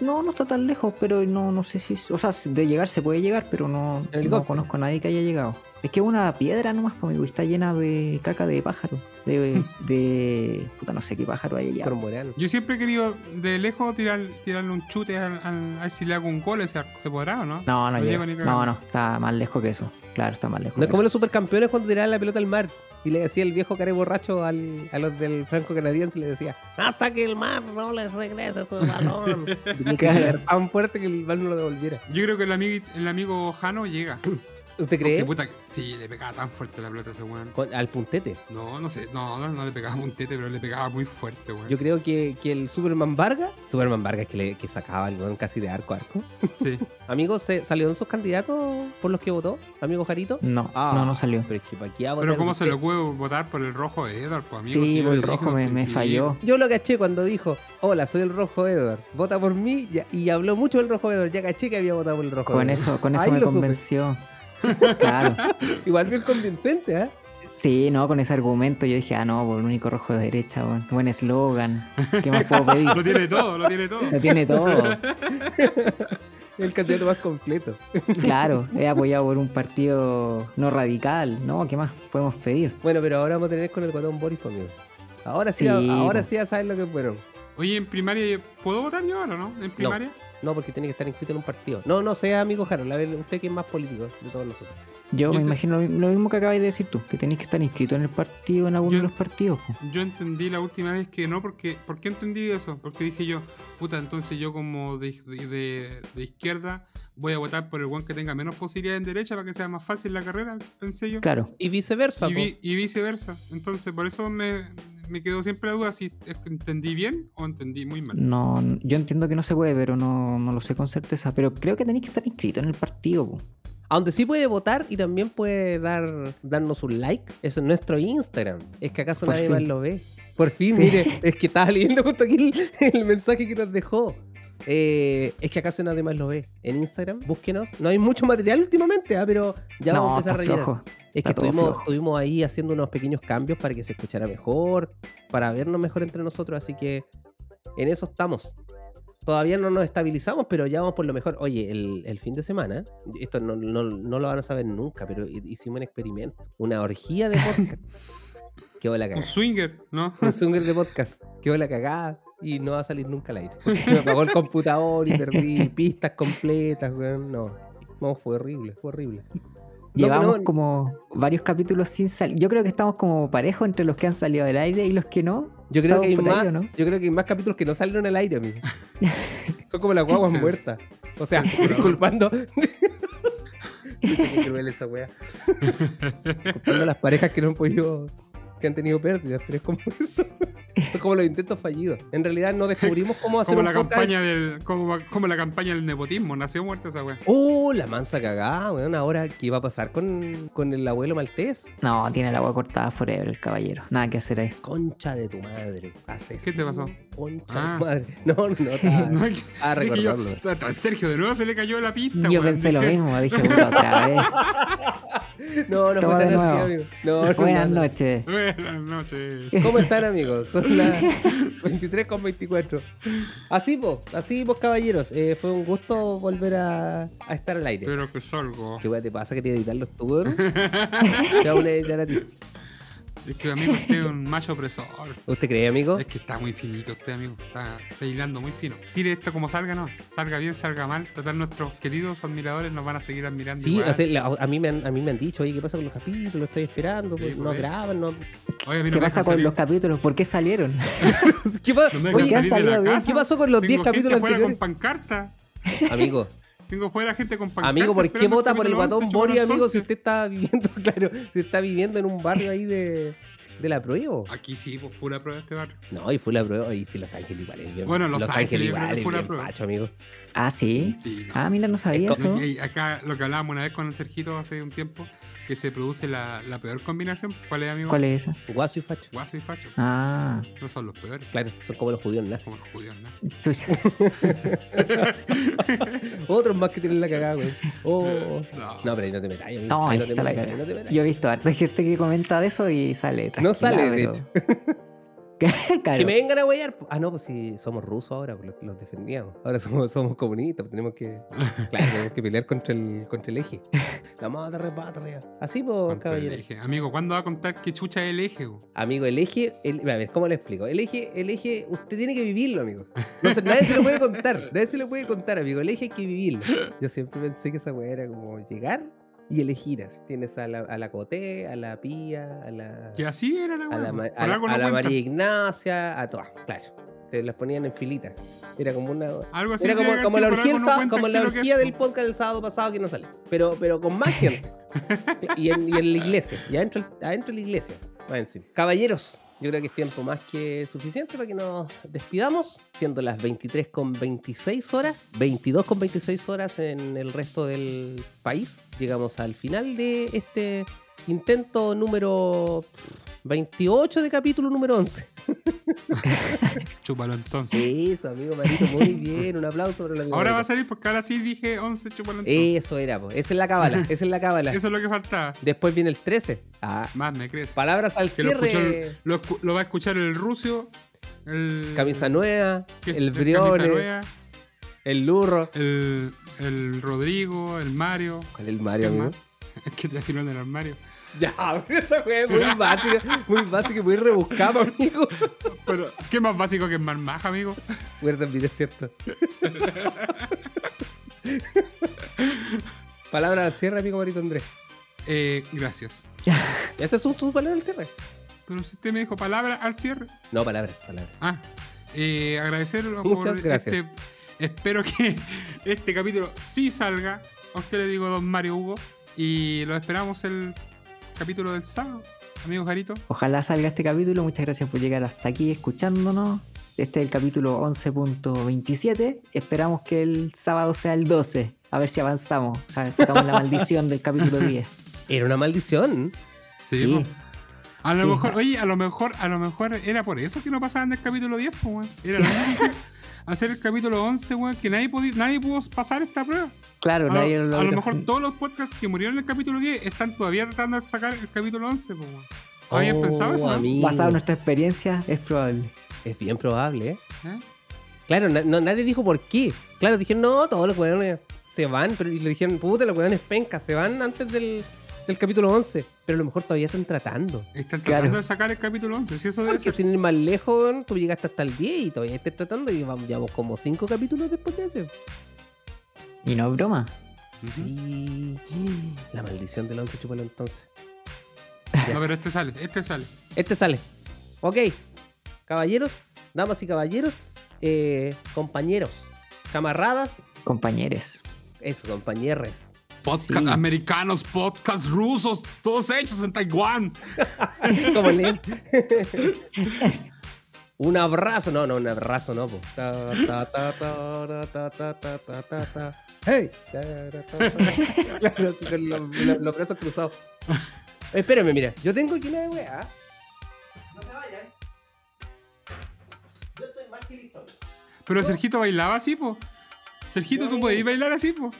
Speaker 2: No, no está tan lejos, pero no, no sé si... O sea, de llegar se puede llegar, pero no,
Speaker 1: helicóptero.
Speaker 2: no conozco a nadie que haya llegado. Es que es una piedra nomás, pues, amigo, y está llena de caca de pájaro. De... de... Puta, no sé qué pájaro hay allá.
Speaker 1: Cormorán.
Speaker 3: Yo siempre he querido de lejos tirar, tirarle un chute al, al- a ver si le hago un gol ese arco. ¿Se podrá o no?
Speaker 2: No, no
Speaker 3: No
Speaker 2: llega.
Speaker 3: llego ni cagando.
Speaker 2: No, no, está más lejos que eso. Claro, está más lejos.
Speaker 1: No es
Speaker 2: que
Speaker 1: como
Speaker 2: eso.
Speaker 1: los supercampeones cuando tiraban la pelota al mar. Y le decía el viejo care borracho al- a los del franco canadiense, le decía, hasta que el mar no les regrese su balón. Tenía que
Speaker 2: Claro.
Speaker 1: tirar tan fuerte que el mar no lo devolviera.
Speaker 3: Yo creo que el, amigui- el amigo Jano llega.
Speaker 1: ¿Usted
Speaker 3: Porque,
Speaker 1: cree?
Speaker 3: puta, sí, le pegaba tan fuerte la pelota a ese weón.
Speaker 1: Con- al puntete.
Speaker 3: No, no sé, no, no, no le pegaba un tete, pero le pegaba muy fuerte, weón.
Speaker 1: Yo creo que, que el Superman Vargas, Superman Vargas que, le, que sacaba el weón casi de arco a arco.
Speaker 3: Sí.
Speaker 1: Amigos, ¿se salieron sus candidatos por los que votó? Amigo Jarito.
Speaker 2: No,
Speaker 1: Ah,
Speaker 2: no, no salió.
Speaker 1: Pero es que para qué va a
Speaker 3: Pero
Speaker 1: votar
Speaker 3: ¿cómo se le
Speaker 1: usted?
Speaker 3: ocurre votar por el rojo de Edward, pues, amigo? Si
Speaker 2: sí,
Speaker 3: yo
Speaker 2: por el
Speaker 3: le dije
Speaker 2: rojo
Speaker 3: al
Speaker 2: me, me
Speaker 3: principio,
Speaker 2: falló.
Speaker 1: Yo lo caché cuando dijo, hola, soy el rojo Edward, vota por mí, y, y habló mucho del rojo Edward, ya caché que había votado por el rojo Edward.
Speaker 2: Con eso, con eso
Speaker 1: Ahí
Speaker 2: me
Speaker 1: lo supe.
Speaker 2: convenció. claro.
Speaker 1: Igual bien convincente, ¿eh?
Speaker 2: Sí, no, con ese argumento yo dije, ah, no, por el único rojo de derecha, weón. Buen eslogan. ¿Qué más puedo pedir?
Speaker 3: Lo tiene todo, lo tiene todo.
Speaker 2: Lo tiene todo.
Speaker 1: El candidato más completo.
Speaker 2: Claro, he apoyado por un partido no radical, ¿no? ¿Qué más podemos pedir?
Speaker 1: Bueno, pero ahora vamos a tener con el guatón Boris, pues, amigo. Ahora sí,
Speaker 2: Sí,
Speaker 1: ahora
Speaker 2: po.
Speaker 1: sí ya saben lo que fueron.
Speaker 3: Oye, en primaria, ¿puedo votar yo ahora, no? ¿En primaria?
Speaker 1: No, porque tiene que estar inscrito en un partido. No, no sea amigo Harold, a ver, usted que es más político de todos nosotros.
Speaker 2: Yo,
Speaker 3: Yo
Speaker 2: me
Speaker 3: te-
Speaker 2: imagino lo, lo mismo que acabas de decir tú, que tenéis que estar inscrito en el partido, en alguno
Speaker 3: Yo-
Speaker 2: de los partidos. po.
Speaker 3: Yo entendí la última vez que no, porque ¿por qué entendí eso? Porque dije yo, puta, entonces yo como de, de- de izquierda voy a votar por el one que tenga menos posibilidades en derecha para que sea más fácil la carrera, pensé yo.
Speaker 2: Claro,
Speaker 1: Y viceversa,
Speaker 3: Y,
Speaker 1: po.
Speaker 3: vi- y viceversa. Entonces, por eso me, me quedó siempre la duda si es que entendí bien o entendí muy mal.
Speaker 2: no, yo entiendo que no se puede, pero no, no lo sé con certeza. Pero creo que tenéis que estar inscrito en el partido. po.
Speaker 1: A donde sí puede votar y también puede dar, darnos un like. Eso es nuestro Instagram. Es que acaso
Speaker 2: Por
Speaker 1: nadie
Speaker 2: fin.
Speaker 1: más lo ve. Por fin,
Speaker 2: Sí.
Speaker 1: mire, es que estaba leyendo justo aquí el, el mensaje que nos dejó. Eh, es que acaso nadie más lo ve. En Instagram, búsquenos. No hay mucho material últimamente, ah, pero ya vamos a empezar
Speaker 2: no,
Speaker 1: a
Speaker 2: está
Speaker 1: rellenar.
Speaker 2: flojo.
Speaker 1: Es que
Speaker 2: Está todo
Speaker 1: estuvimos,
Speaker 2: flojo.
Speaker 1: estuvimos ahí haciendo unos pequeños cambios para que se escuchara mejor, para vernos mejor entre nosotros, así que en eso estamos. Todavía no nos estabilizamos, pero ya vamos por lo mejor. Oye, el, el fin de semana, esto no, no- no lo van a saber nunca, pero hi- hicimos un experimento, una orgía de podcast. Quedó la
Speaker 3: Un
Speaker 1: cagada.
Speaker 3: swinger, ¿no?
Speaker 1: Un swinger de podcast. Quedó la cagada y no va a salir nunca al aire. Porque se me apagó el computador y perdí pistas completas, weón. No. No, fue horrible, fue horrible. No,
Speaker 2: Llevamos
Speaker 1: no,
Speaker 2: como varios capítulos sin salir. Yo creo que estamos como parejos entre los que han salido del aire y los que no.
Speaker 1: Yo creo que hay
Speaker 2: Estamos por
Speaker 1: más,
Speaker 2: ahí, ¿o no?
Speaker 1: yo creo que hay más capítulos que no salieron al aire, amigo. Son como las guaguas
Speaker 3: Sí.
Speaker 1: muertas. O sea,
Speaker 3: Sí.
Speaker 1: disculpando. Qué cruel esa wea. Disculpando a las parejas que no han podido, que han tenido pérdidas, pero es como eso. Son como los intentos fallidos. En realidad no descubrimos cómo hacer
Speaker 3: Como
Speaker 1: un
Speaker 3: la
Speaker 1: podcast.
Speaker 3: campaña del como, como la campaña del nepotismo, nació muerta esa weá.
Speaker 1: Oh, la mansa cagada, weón. Ahora, ¿qué va a pasar con, con el abuelo maltés?
Speaker 2: No, tiene el agua cortada forever el caballero. Nada que hacer ahí.
Speaker 1: Concha de tu madre. Haces.
Speaker 3: ¿Qué te pasó?
Speaker 1: Concha de
Speaker 3: Ah.
Speaker 1: tu madre. No, no,
Speaker 3: No,
Speaker 1: está. Ah,
Speaker 3: dije yo,
Speaker 1: recordarlo.
Speaker 3: "Tata, Sergio, de nuevo se le cayó la pista.
Speaker 2: Yo
Speaker 3: weón".
Speaker 2: pensé lo
Speaker 3: Dije,
Speaker 2: mismo, dije, puta, otra vez.
Speaker 1: No, no
Speaker 2: Todo
Speaker 1: fue
Speaker 2: de
Speaker 1: tan así,
Speaker 2: nuevo.
Speaker 1: amigo. No, no,
Speaker 2: Buenas
Speaker 1: no, no.
Speaker 2: noches.
Speaker 3: Buenas noches.
Speaker 1: ¿Cómo están, amigos? Son las 23 con 24. Así, vos, así, vos, caballeros. Eh, fue un gusto volver a, a estar al aire.
Speaker 3: Pero que salgo.
Speaker 1: ¿Qué weá te pasa? ¿Querías editarlos tú, weón? Te voy a editar a ti.
Speaker 3: Es que amigo, usted es un macho opresor.
Speaker 1: ¿Usted cree, amigo?
Speaker 3: Es que está muy finito usted, amigo. Está, está hilando muy fino. Tire esto como salga, ¿no? Salga bien, salga mal. Total, nuestros queridos admiradores nos van a seguir admirando.
Speaker 1: Sí,
Speaker 3: igual.
Speaker 1: o sea, la- a, mí me han, a mí me han dicho, oye, ¿qué pasa con los capítulos? Estoy esperando, pues,
Speaker 3: Sí,
Speaker 1: no
Speaker 3: pues.
Speaker 1: graban, no...
Speaker 3: Oye, a mí
Speaker 2: ¿Qué
Speaker 3: no me
Speaker 2: pasa
Speaker 3: dejan
Speaker 2: con
Speaker 3: salir.
Speaker 2: los capítulos? ¿Por qué salieron?
Speaker 1: ¿Qué, pa-
Speaker 3: No me dejan
Speaker 1: Oye,
Speaker 2: ya
Speaker 3: salir de
Speaker 2: salió
Speaker 3: la
Speaker 2: bien.
Speaker 3: casa.
Speaker 1: ¿qué pasó con los
Speaker 3: Tengo
Speaker 1: 10
Speaker 3: gente
Speaker 1: capítulos
Speaker 3: fuera
Speaker 1: anteriores?
Speaker 3: con pancarta.
Speaker 1: Amigo,
Speaker 3: Tengo fuera gente con pancarta.
Speaker 1: Amigo, ¿por qué
Speaker 3: esperando
Speaker 1: vota por el
Speaker 3: capítulo
Speaker 1: guatón
Speaker 3: 11,
Speaker 1: Bori,
Speaker 3: chupan
Speaker 1: amigo, si
Speaker 3: 11?
Speaker 1: usted está viviendo, claro, si está viviendo en un barrio ahí de, de la prueba?
Speaker 3: Aquí sí, pues pura prueba este barrio.
Speaker 1: No, y fue la prueba, y sí, Los Ángeles igual es bien.
Speaker 3: Bueno, Los Ángeles yo creo que
Speaker 1: es
Speaker 3: fue la
Speaker 1: bien
Speaker 3: prueba.
Speaker 1: facho, amigo.
Speaker 2: Ah, sí.
Speaker 3: Sí, no.
Speaker 2: Ah, mira, no sabía
Speaker 1: Es
Speaker 2: eso.
Speaker 3: Y- y acá lo que hablábamos una vez con el Sergito hace un tiempo, que se produce la, la peor combinación. ¿Cuál es, amigo?
Speaker 2: ¿Cuál es esa?
Speaker 1: Guaso y facho.
Speaker 3: Guaso y facho.
Speaker 2: Ah,
Speaker 3: No son los peores,
Speaker 1: Claro, son como los judíos nazis.
Speaker 3: como los judíos nazis.
Speaker 2: chucha.
Speaker 1: Otros más que tienen la cagada, güey. Oh.
Speaker 3: No.
Speaker 1: No, pero ahí no te metas, amigo.
Speaker 2: No,
Speaker 1: ahí
Speaker 2: ahí
Speaker 1: no te
Speaker 2: está la
Speaker 1: metas, ahí no te
Speaker 2: cagada.
Speaker 1: metas.
Speaker 2: Yo he visto harta gente que comenta de eso y sale.
Speaker 1: No sale, de
Speaker 2: hecho.
Speaker 1: Que me vengan a huellar. Ah, no, pues si somos rusos ahora, pues los, los defendíamos. Ahora somos, somos comunistas, pues tenemos que, claro, tenemos que pelear contra el, contra el eje. La madre patria. Así, pues,
Speaker 3: Contra el
Speaker 1: caballero.
Speaker 3: eje. Amigo, ¿cuándo va a contar qué chucha es el eje? bo?
Speaker 1: Amigo, el eje, el- a ver, ¿cómo le explico? El eje, el eje, usted tiene que vivirlo, amigo. No se- nadie se lo puede contar, nadie se lo puede contar, amigo. El eje hay que vivirlo. Yo siempre pensé que esa weá era como llegar y elegir. así. Tienes a la, a la Coté, a la Pía, a la,
Speaker 3: Que así era la
Speaker 1: a la,
Speaker 3: weá.
Speaker 1: Ma-
Speaker 3: bo.
Speaker 1: a
Speaker 3: Por
Speaker 1: la-
Speaker 3: algo
Speaker 1: a
Speaker 3: no
Speaker 1: la
Speaker 3: cuenta.
Speaker 1: María Ignacia, a todas, claro. te las ponían en filitas. Era como una.
Speaker 3: Algo así.
Speaker 1: Era
Speaker 3: tiene
Speaker 1: como,
Speaker 3: que
Speaker 1: como
Speaker 3: haber
Speaker 1: la orgía,
Speaker 3: sido, por algo
Speaker 1: del
Speaker 3: no
Speaker 1: sábado-
Speaker 3: cuentan
Speaker 1: como
Speaker 3: qué
Speaker 1: la
Speaker 3: es lo que
Speaker 1: orgía
Speaker 3: es,
Speaker 1: del
Speaker 3: po.
Speaker 1: podcast del sábado pasado que no sale. Pero, pero con más gente. y, en, y en la iglesia. Y adentro, adentro de la iglesia. Más encima. Caballeros, yo creo que es tiempo más que suficiente para que nos despidamos. Siendo las 23 con 26 horas. 22 con 26 horas en el resto del país. Llegamos al final de este intento número 28 de capítulo número 11.
Speaker 3: Chúpalo entonces.
Speaker 1: Eso, amigo Marito, muy bien. Un aplauso para el amigo
Speaker 3: Ahora
Speaker 1: Marito.
Speaker 3: va a salir porque ahora sí dije 11, chúpalo entonces.
Speaker 1: Eso era, po. esa es la cábala, esa es la cábala.
Speaker 3: Eso es lo que faltaba.
Speaker 1: Después viene el 13. Ah,
Speaker 3: Más me crees.
Speaker 1: palabras al
Speaker 3: Que lo, escuchó
Speaker 1: cierre.
Speaker 3: el- lo, escu- lo va a escuchar el ruso, el.
Speaker 1: Camisa nueva,
Speaker 3: que-
Speaker 1: el
Speaker 3: camisa
Speaker 1: Brione,
Speaker 3: nueva,
Speaker 1: el Lurro.
Speaker 3: el, el Rodrigo, el Mario.
Speaker 1: ¿Cuál es el Mario,
Speaker 3: ¿Quién
Speaker 1: amigo?
Speaker 3: más? El que te afiló en el armario.
Speaker 1: Ya, pero esa wea es muy básica, muy básica y muy rebuscada, amigo.
Speaker 3: Pero, ¿qué más básico que Marmaja, amigo?
Speaker 1: Bueno, también es cierto. palabras al cierre, amigo Marito Andrés.
Speaker 3: Eh, gracias.
Speaker 1: ¿Esas son tus palabras al cierre?
Speaker 3: Pero si usted me dijo palabra al cierre.
Speaker 1: No, palabras, palabras.
Speaker 3: Ah, eh, agradecerlo
Speaker 1: Muchas
Speaker 3: por
Speaker 1: gracias.
Speaker 3: este. Espero que este capítulo sí salga. A usted le digo don Mario Hugo. Y lo esperamos el capítulo del sábado, amigos Jarito.
Speaker 2: Ojalá salga este capítulo. Muchas gracias por llegar hasta aquí escuchándonos. Este es el capítulo 11.27. Esperamos que el sábado sea el 12. A ver si avanzamos. O sea, sacamos la maldición del capítulo 10.
Speaker 1: Era una maldición.
Speaker 2: Sí.
Speaker 3: po. A lo
Speaker 2: Sí.
Speaker 3: mejor, oye, a lo mejor, a lo mejor era por eso que no pasaban del capítulo 10, po, weón. Era la misma cosa. hacer el capítulo 11, weón, que nadie, podía- nadie pudo pasar esta prueba.
Speaker 2: Claro,
Speaker 3: A,
Speaker 2: nadie
Speaker 3: lo,
Speaker 2: lo
Speaker 3: a lo
Speaker 2: logró.
Speaker 3: mejor todos los podcasts que murieron en el capítulo 10 están todavía tratando de sacar el capítulo 11, po, weón. ¿Habían
Speaker 1: Oh,
Speaker 3: pensado eso? no?
Speaker 1: amigo.
Speaker 2: Basado en nuestra experiencia, es probable.
Speaker 1: Es bien probable, ¿eh?
Speaker 3: ¿Eh?
Speaker 1: Claro, na- no, nadie dijo por qué. Claro, dijeron, no, todos los weones se van, pero y le dijeron, puta, los weones pencas, se van antes del, del capítulo 11. Pero a lo mejor todavía están tratando.
Speaker 3: Están
Speaker 2: Claro.
Speaker 3: tratando de sacar el capítulo 11, si eso debe
Speaker 1: Porque
Speaker 3: ser.
Speaker 1: sin ir más lejos, weón, tú llegaste hasta el 10 y todavía estás tratando y vamos, llevamos como 5 capítulos después de ese.
Speaker 2: Y no es broma.
Speaker 3: Ujú.
Speaker 1: Sí. La maldición del 11, chúpalo entonces.
Speaker 3: No, pero este sale, este sale.
Speaker 1: Este sale. Ok. Caballeros, damas y caballeros, eh, compañeros, camaradas,
Speaker 2: Compañeros.
Speaker 1: eso, compañeros.
Speaker 3: Podcast
Speaker 2: Sí.
Speaker 3: americanos, podcasts rusos, todos hechos en Taiwán.
Speaker 1: Como leen. Un abrazo, no, no, un abrazo, no. po. Ta, ta, ta, ta, ta, ta, ta, ta, ta, ta. ¡Hey! Ta, ta, ta, ta. Claro, así con los, los- los brazos cruzados. Espérame, mira, yo tengo aquí una weá. No se vayan. Yo estoy más que listo. Oh.
Speaker 3: Pero Sergito bailaba así, po. Sergito, tú
Speaker 1: Sí.
Speaker 3: podías bailar así, po.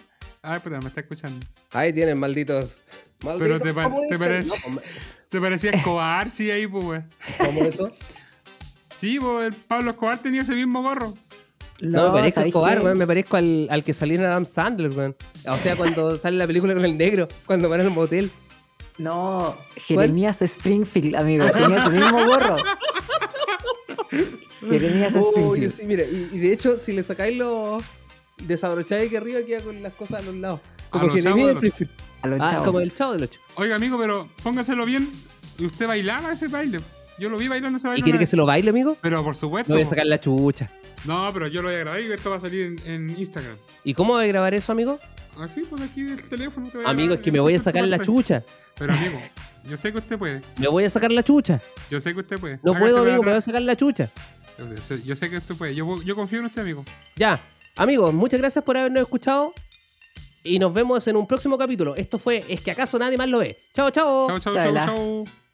Speaker 3: Ah, espera, me está escuchando.
Speaker 1: Ahí tienen, malditos. Malditos
Speaker 3: te pa-
Speaker 1: comunistas.
Speaker 3: te parece-
Speaker 1: No, como-
Speaker 3: ¿Te parecía Escobar? Sí, ahí, po, weón.
Speaker 1: ¿Cómo eso?
Speaker 3: Sí, po, el Pablo Escobar tenía ese mismo gorro.
Speaker 1: No, me parezco a
Speaker 2: ¿sabéis
Speaker 1: Escobar,
Speaker 2: qué?
Speaker 1: weón. Me parezco al, al que salía en Adam Sandler, weón. O sea, cuando sale la película con el negro, cuando van al motel.
Speaker 2: No, Jeremías Springfield, amigo. Tenía su mismo gorro. Jeremías
Speaker 1: Oh, yo
Speaker 2: Springfield.
Speaker 1: sí, mira. Y, y de hecho, si le sacáis los. Desabrocháis aquí arriba, queda con las cosas a los lados.
Speaker 3: A
Speaker 1: Como
Speaker 3: los chavos
Speaker 1: Jeremías
Speaker 3: de los-
Speaker 1: Springfield.
Speaker 2: A los
Speaker 1: Ah,
Speaker 2: chavos.
Speaker 1: como el chavo del ocho.
Speaker 3: Oiga, amigo, pero póngaselo bien. Y usted bailaba ese baile. Yo lo vi bailando ese baile.
Speaker 1: ¿Y quiere
Speaker 3: una
Speaker 1: que
Speaker 3: vez.
Speaker 1: se lo baile, amigo?
Speaker 3: Pero por supuesto.
Speaker 1: No voy a
Speaker 3: po.
Speaker 1: sacar la chucha.
Speaker 3: No, pero yo lo voy a grabar y esto va a salir en, en Instagram.
Speaker 1: ¿Y cómo voy a grabar eso, amigo?
Speaker 3: Así, pues aquí el teléfono. te voy a
Speaker 1: Amigo,
Speaker 3: grabar
Speaker 1: es que
Speaker 3: y
Speaker 1: me voy a
Speaker 3: después
Speaker 1: sacar
Speaker 3: tú
Speaker 1: la
Speaker 3: vas-
Speaker 1: chucha.
Speaker 3: Pero amigo, yo sé que usted puede.
Speaker 1: Me voy a sacar la chucha.
Speaker 3: Yo sé que usted puede.
Speaker 1: No
Speaker 3: Hágase
Speaker 1: puedo,
Speaker 3: para
Speaker 1: amigo, me voy a
Speaker 3: atrás.
Speaker 1: sacar la chucha.
Speaker 3: Yo sé- Yo sé que usted puede. Yo, yo confío en usted, amigo.
Speaker 1: Ya, amigos, muchas gracias por habernos escuchado. Y nos vemos en un próximo capítulo. Esto fue Es que acaso nadie más lo ve. Chao, chao. Oh,
Speaker 3: Chao, chao,
Speaker 2: Chao,
Speaker 3: chao,
Speaker 2: la.
Speaker 3: chao.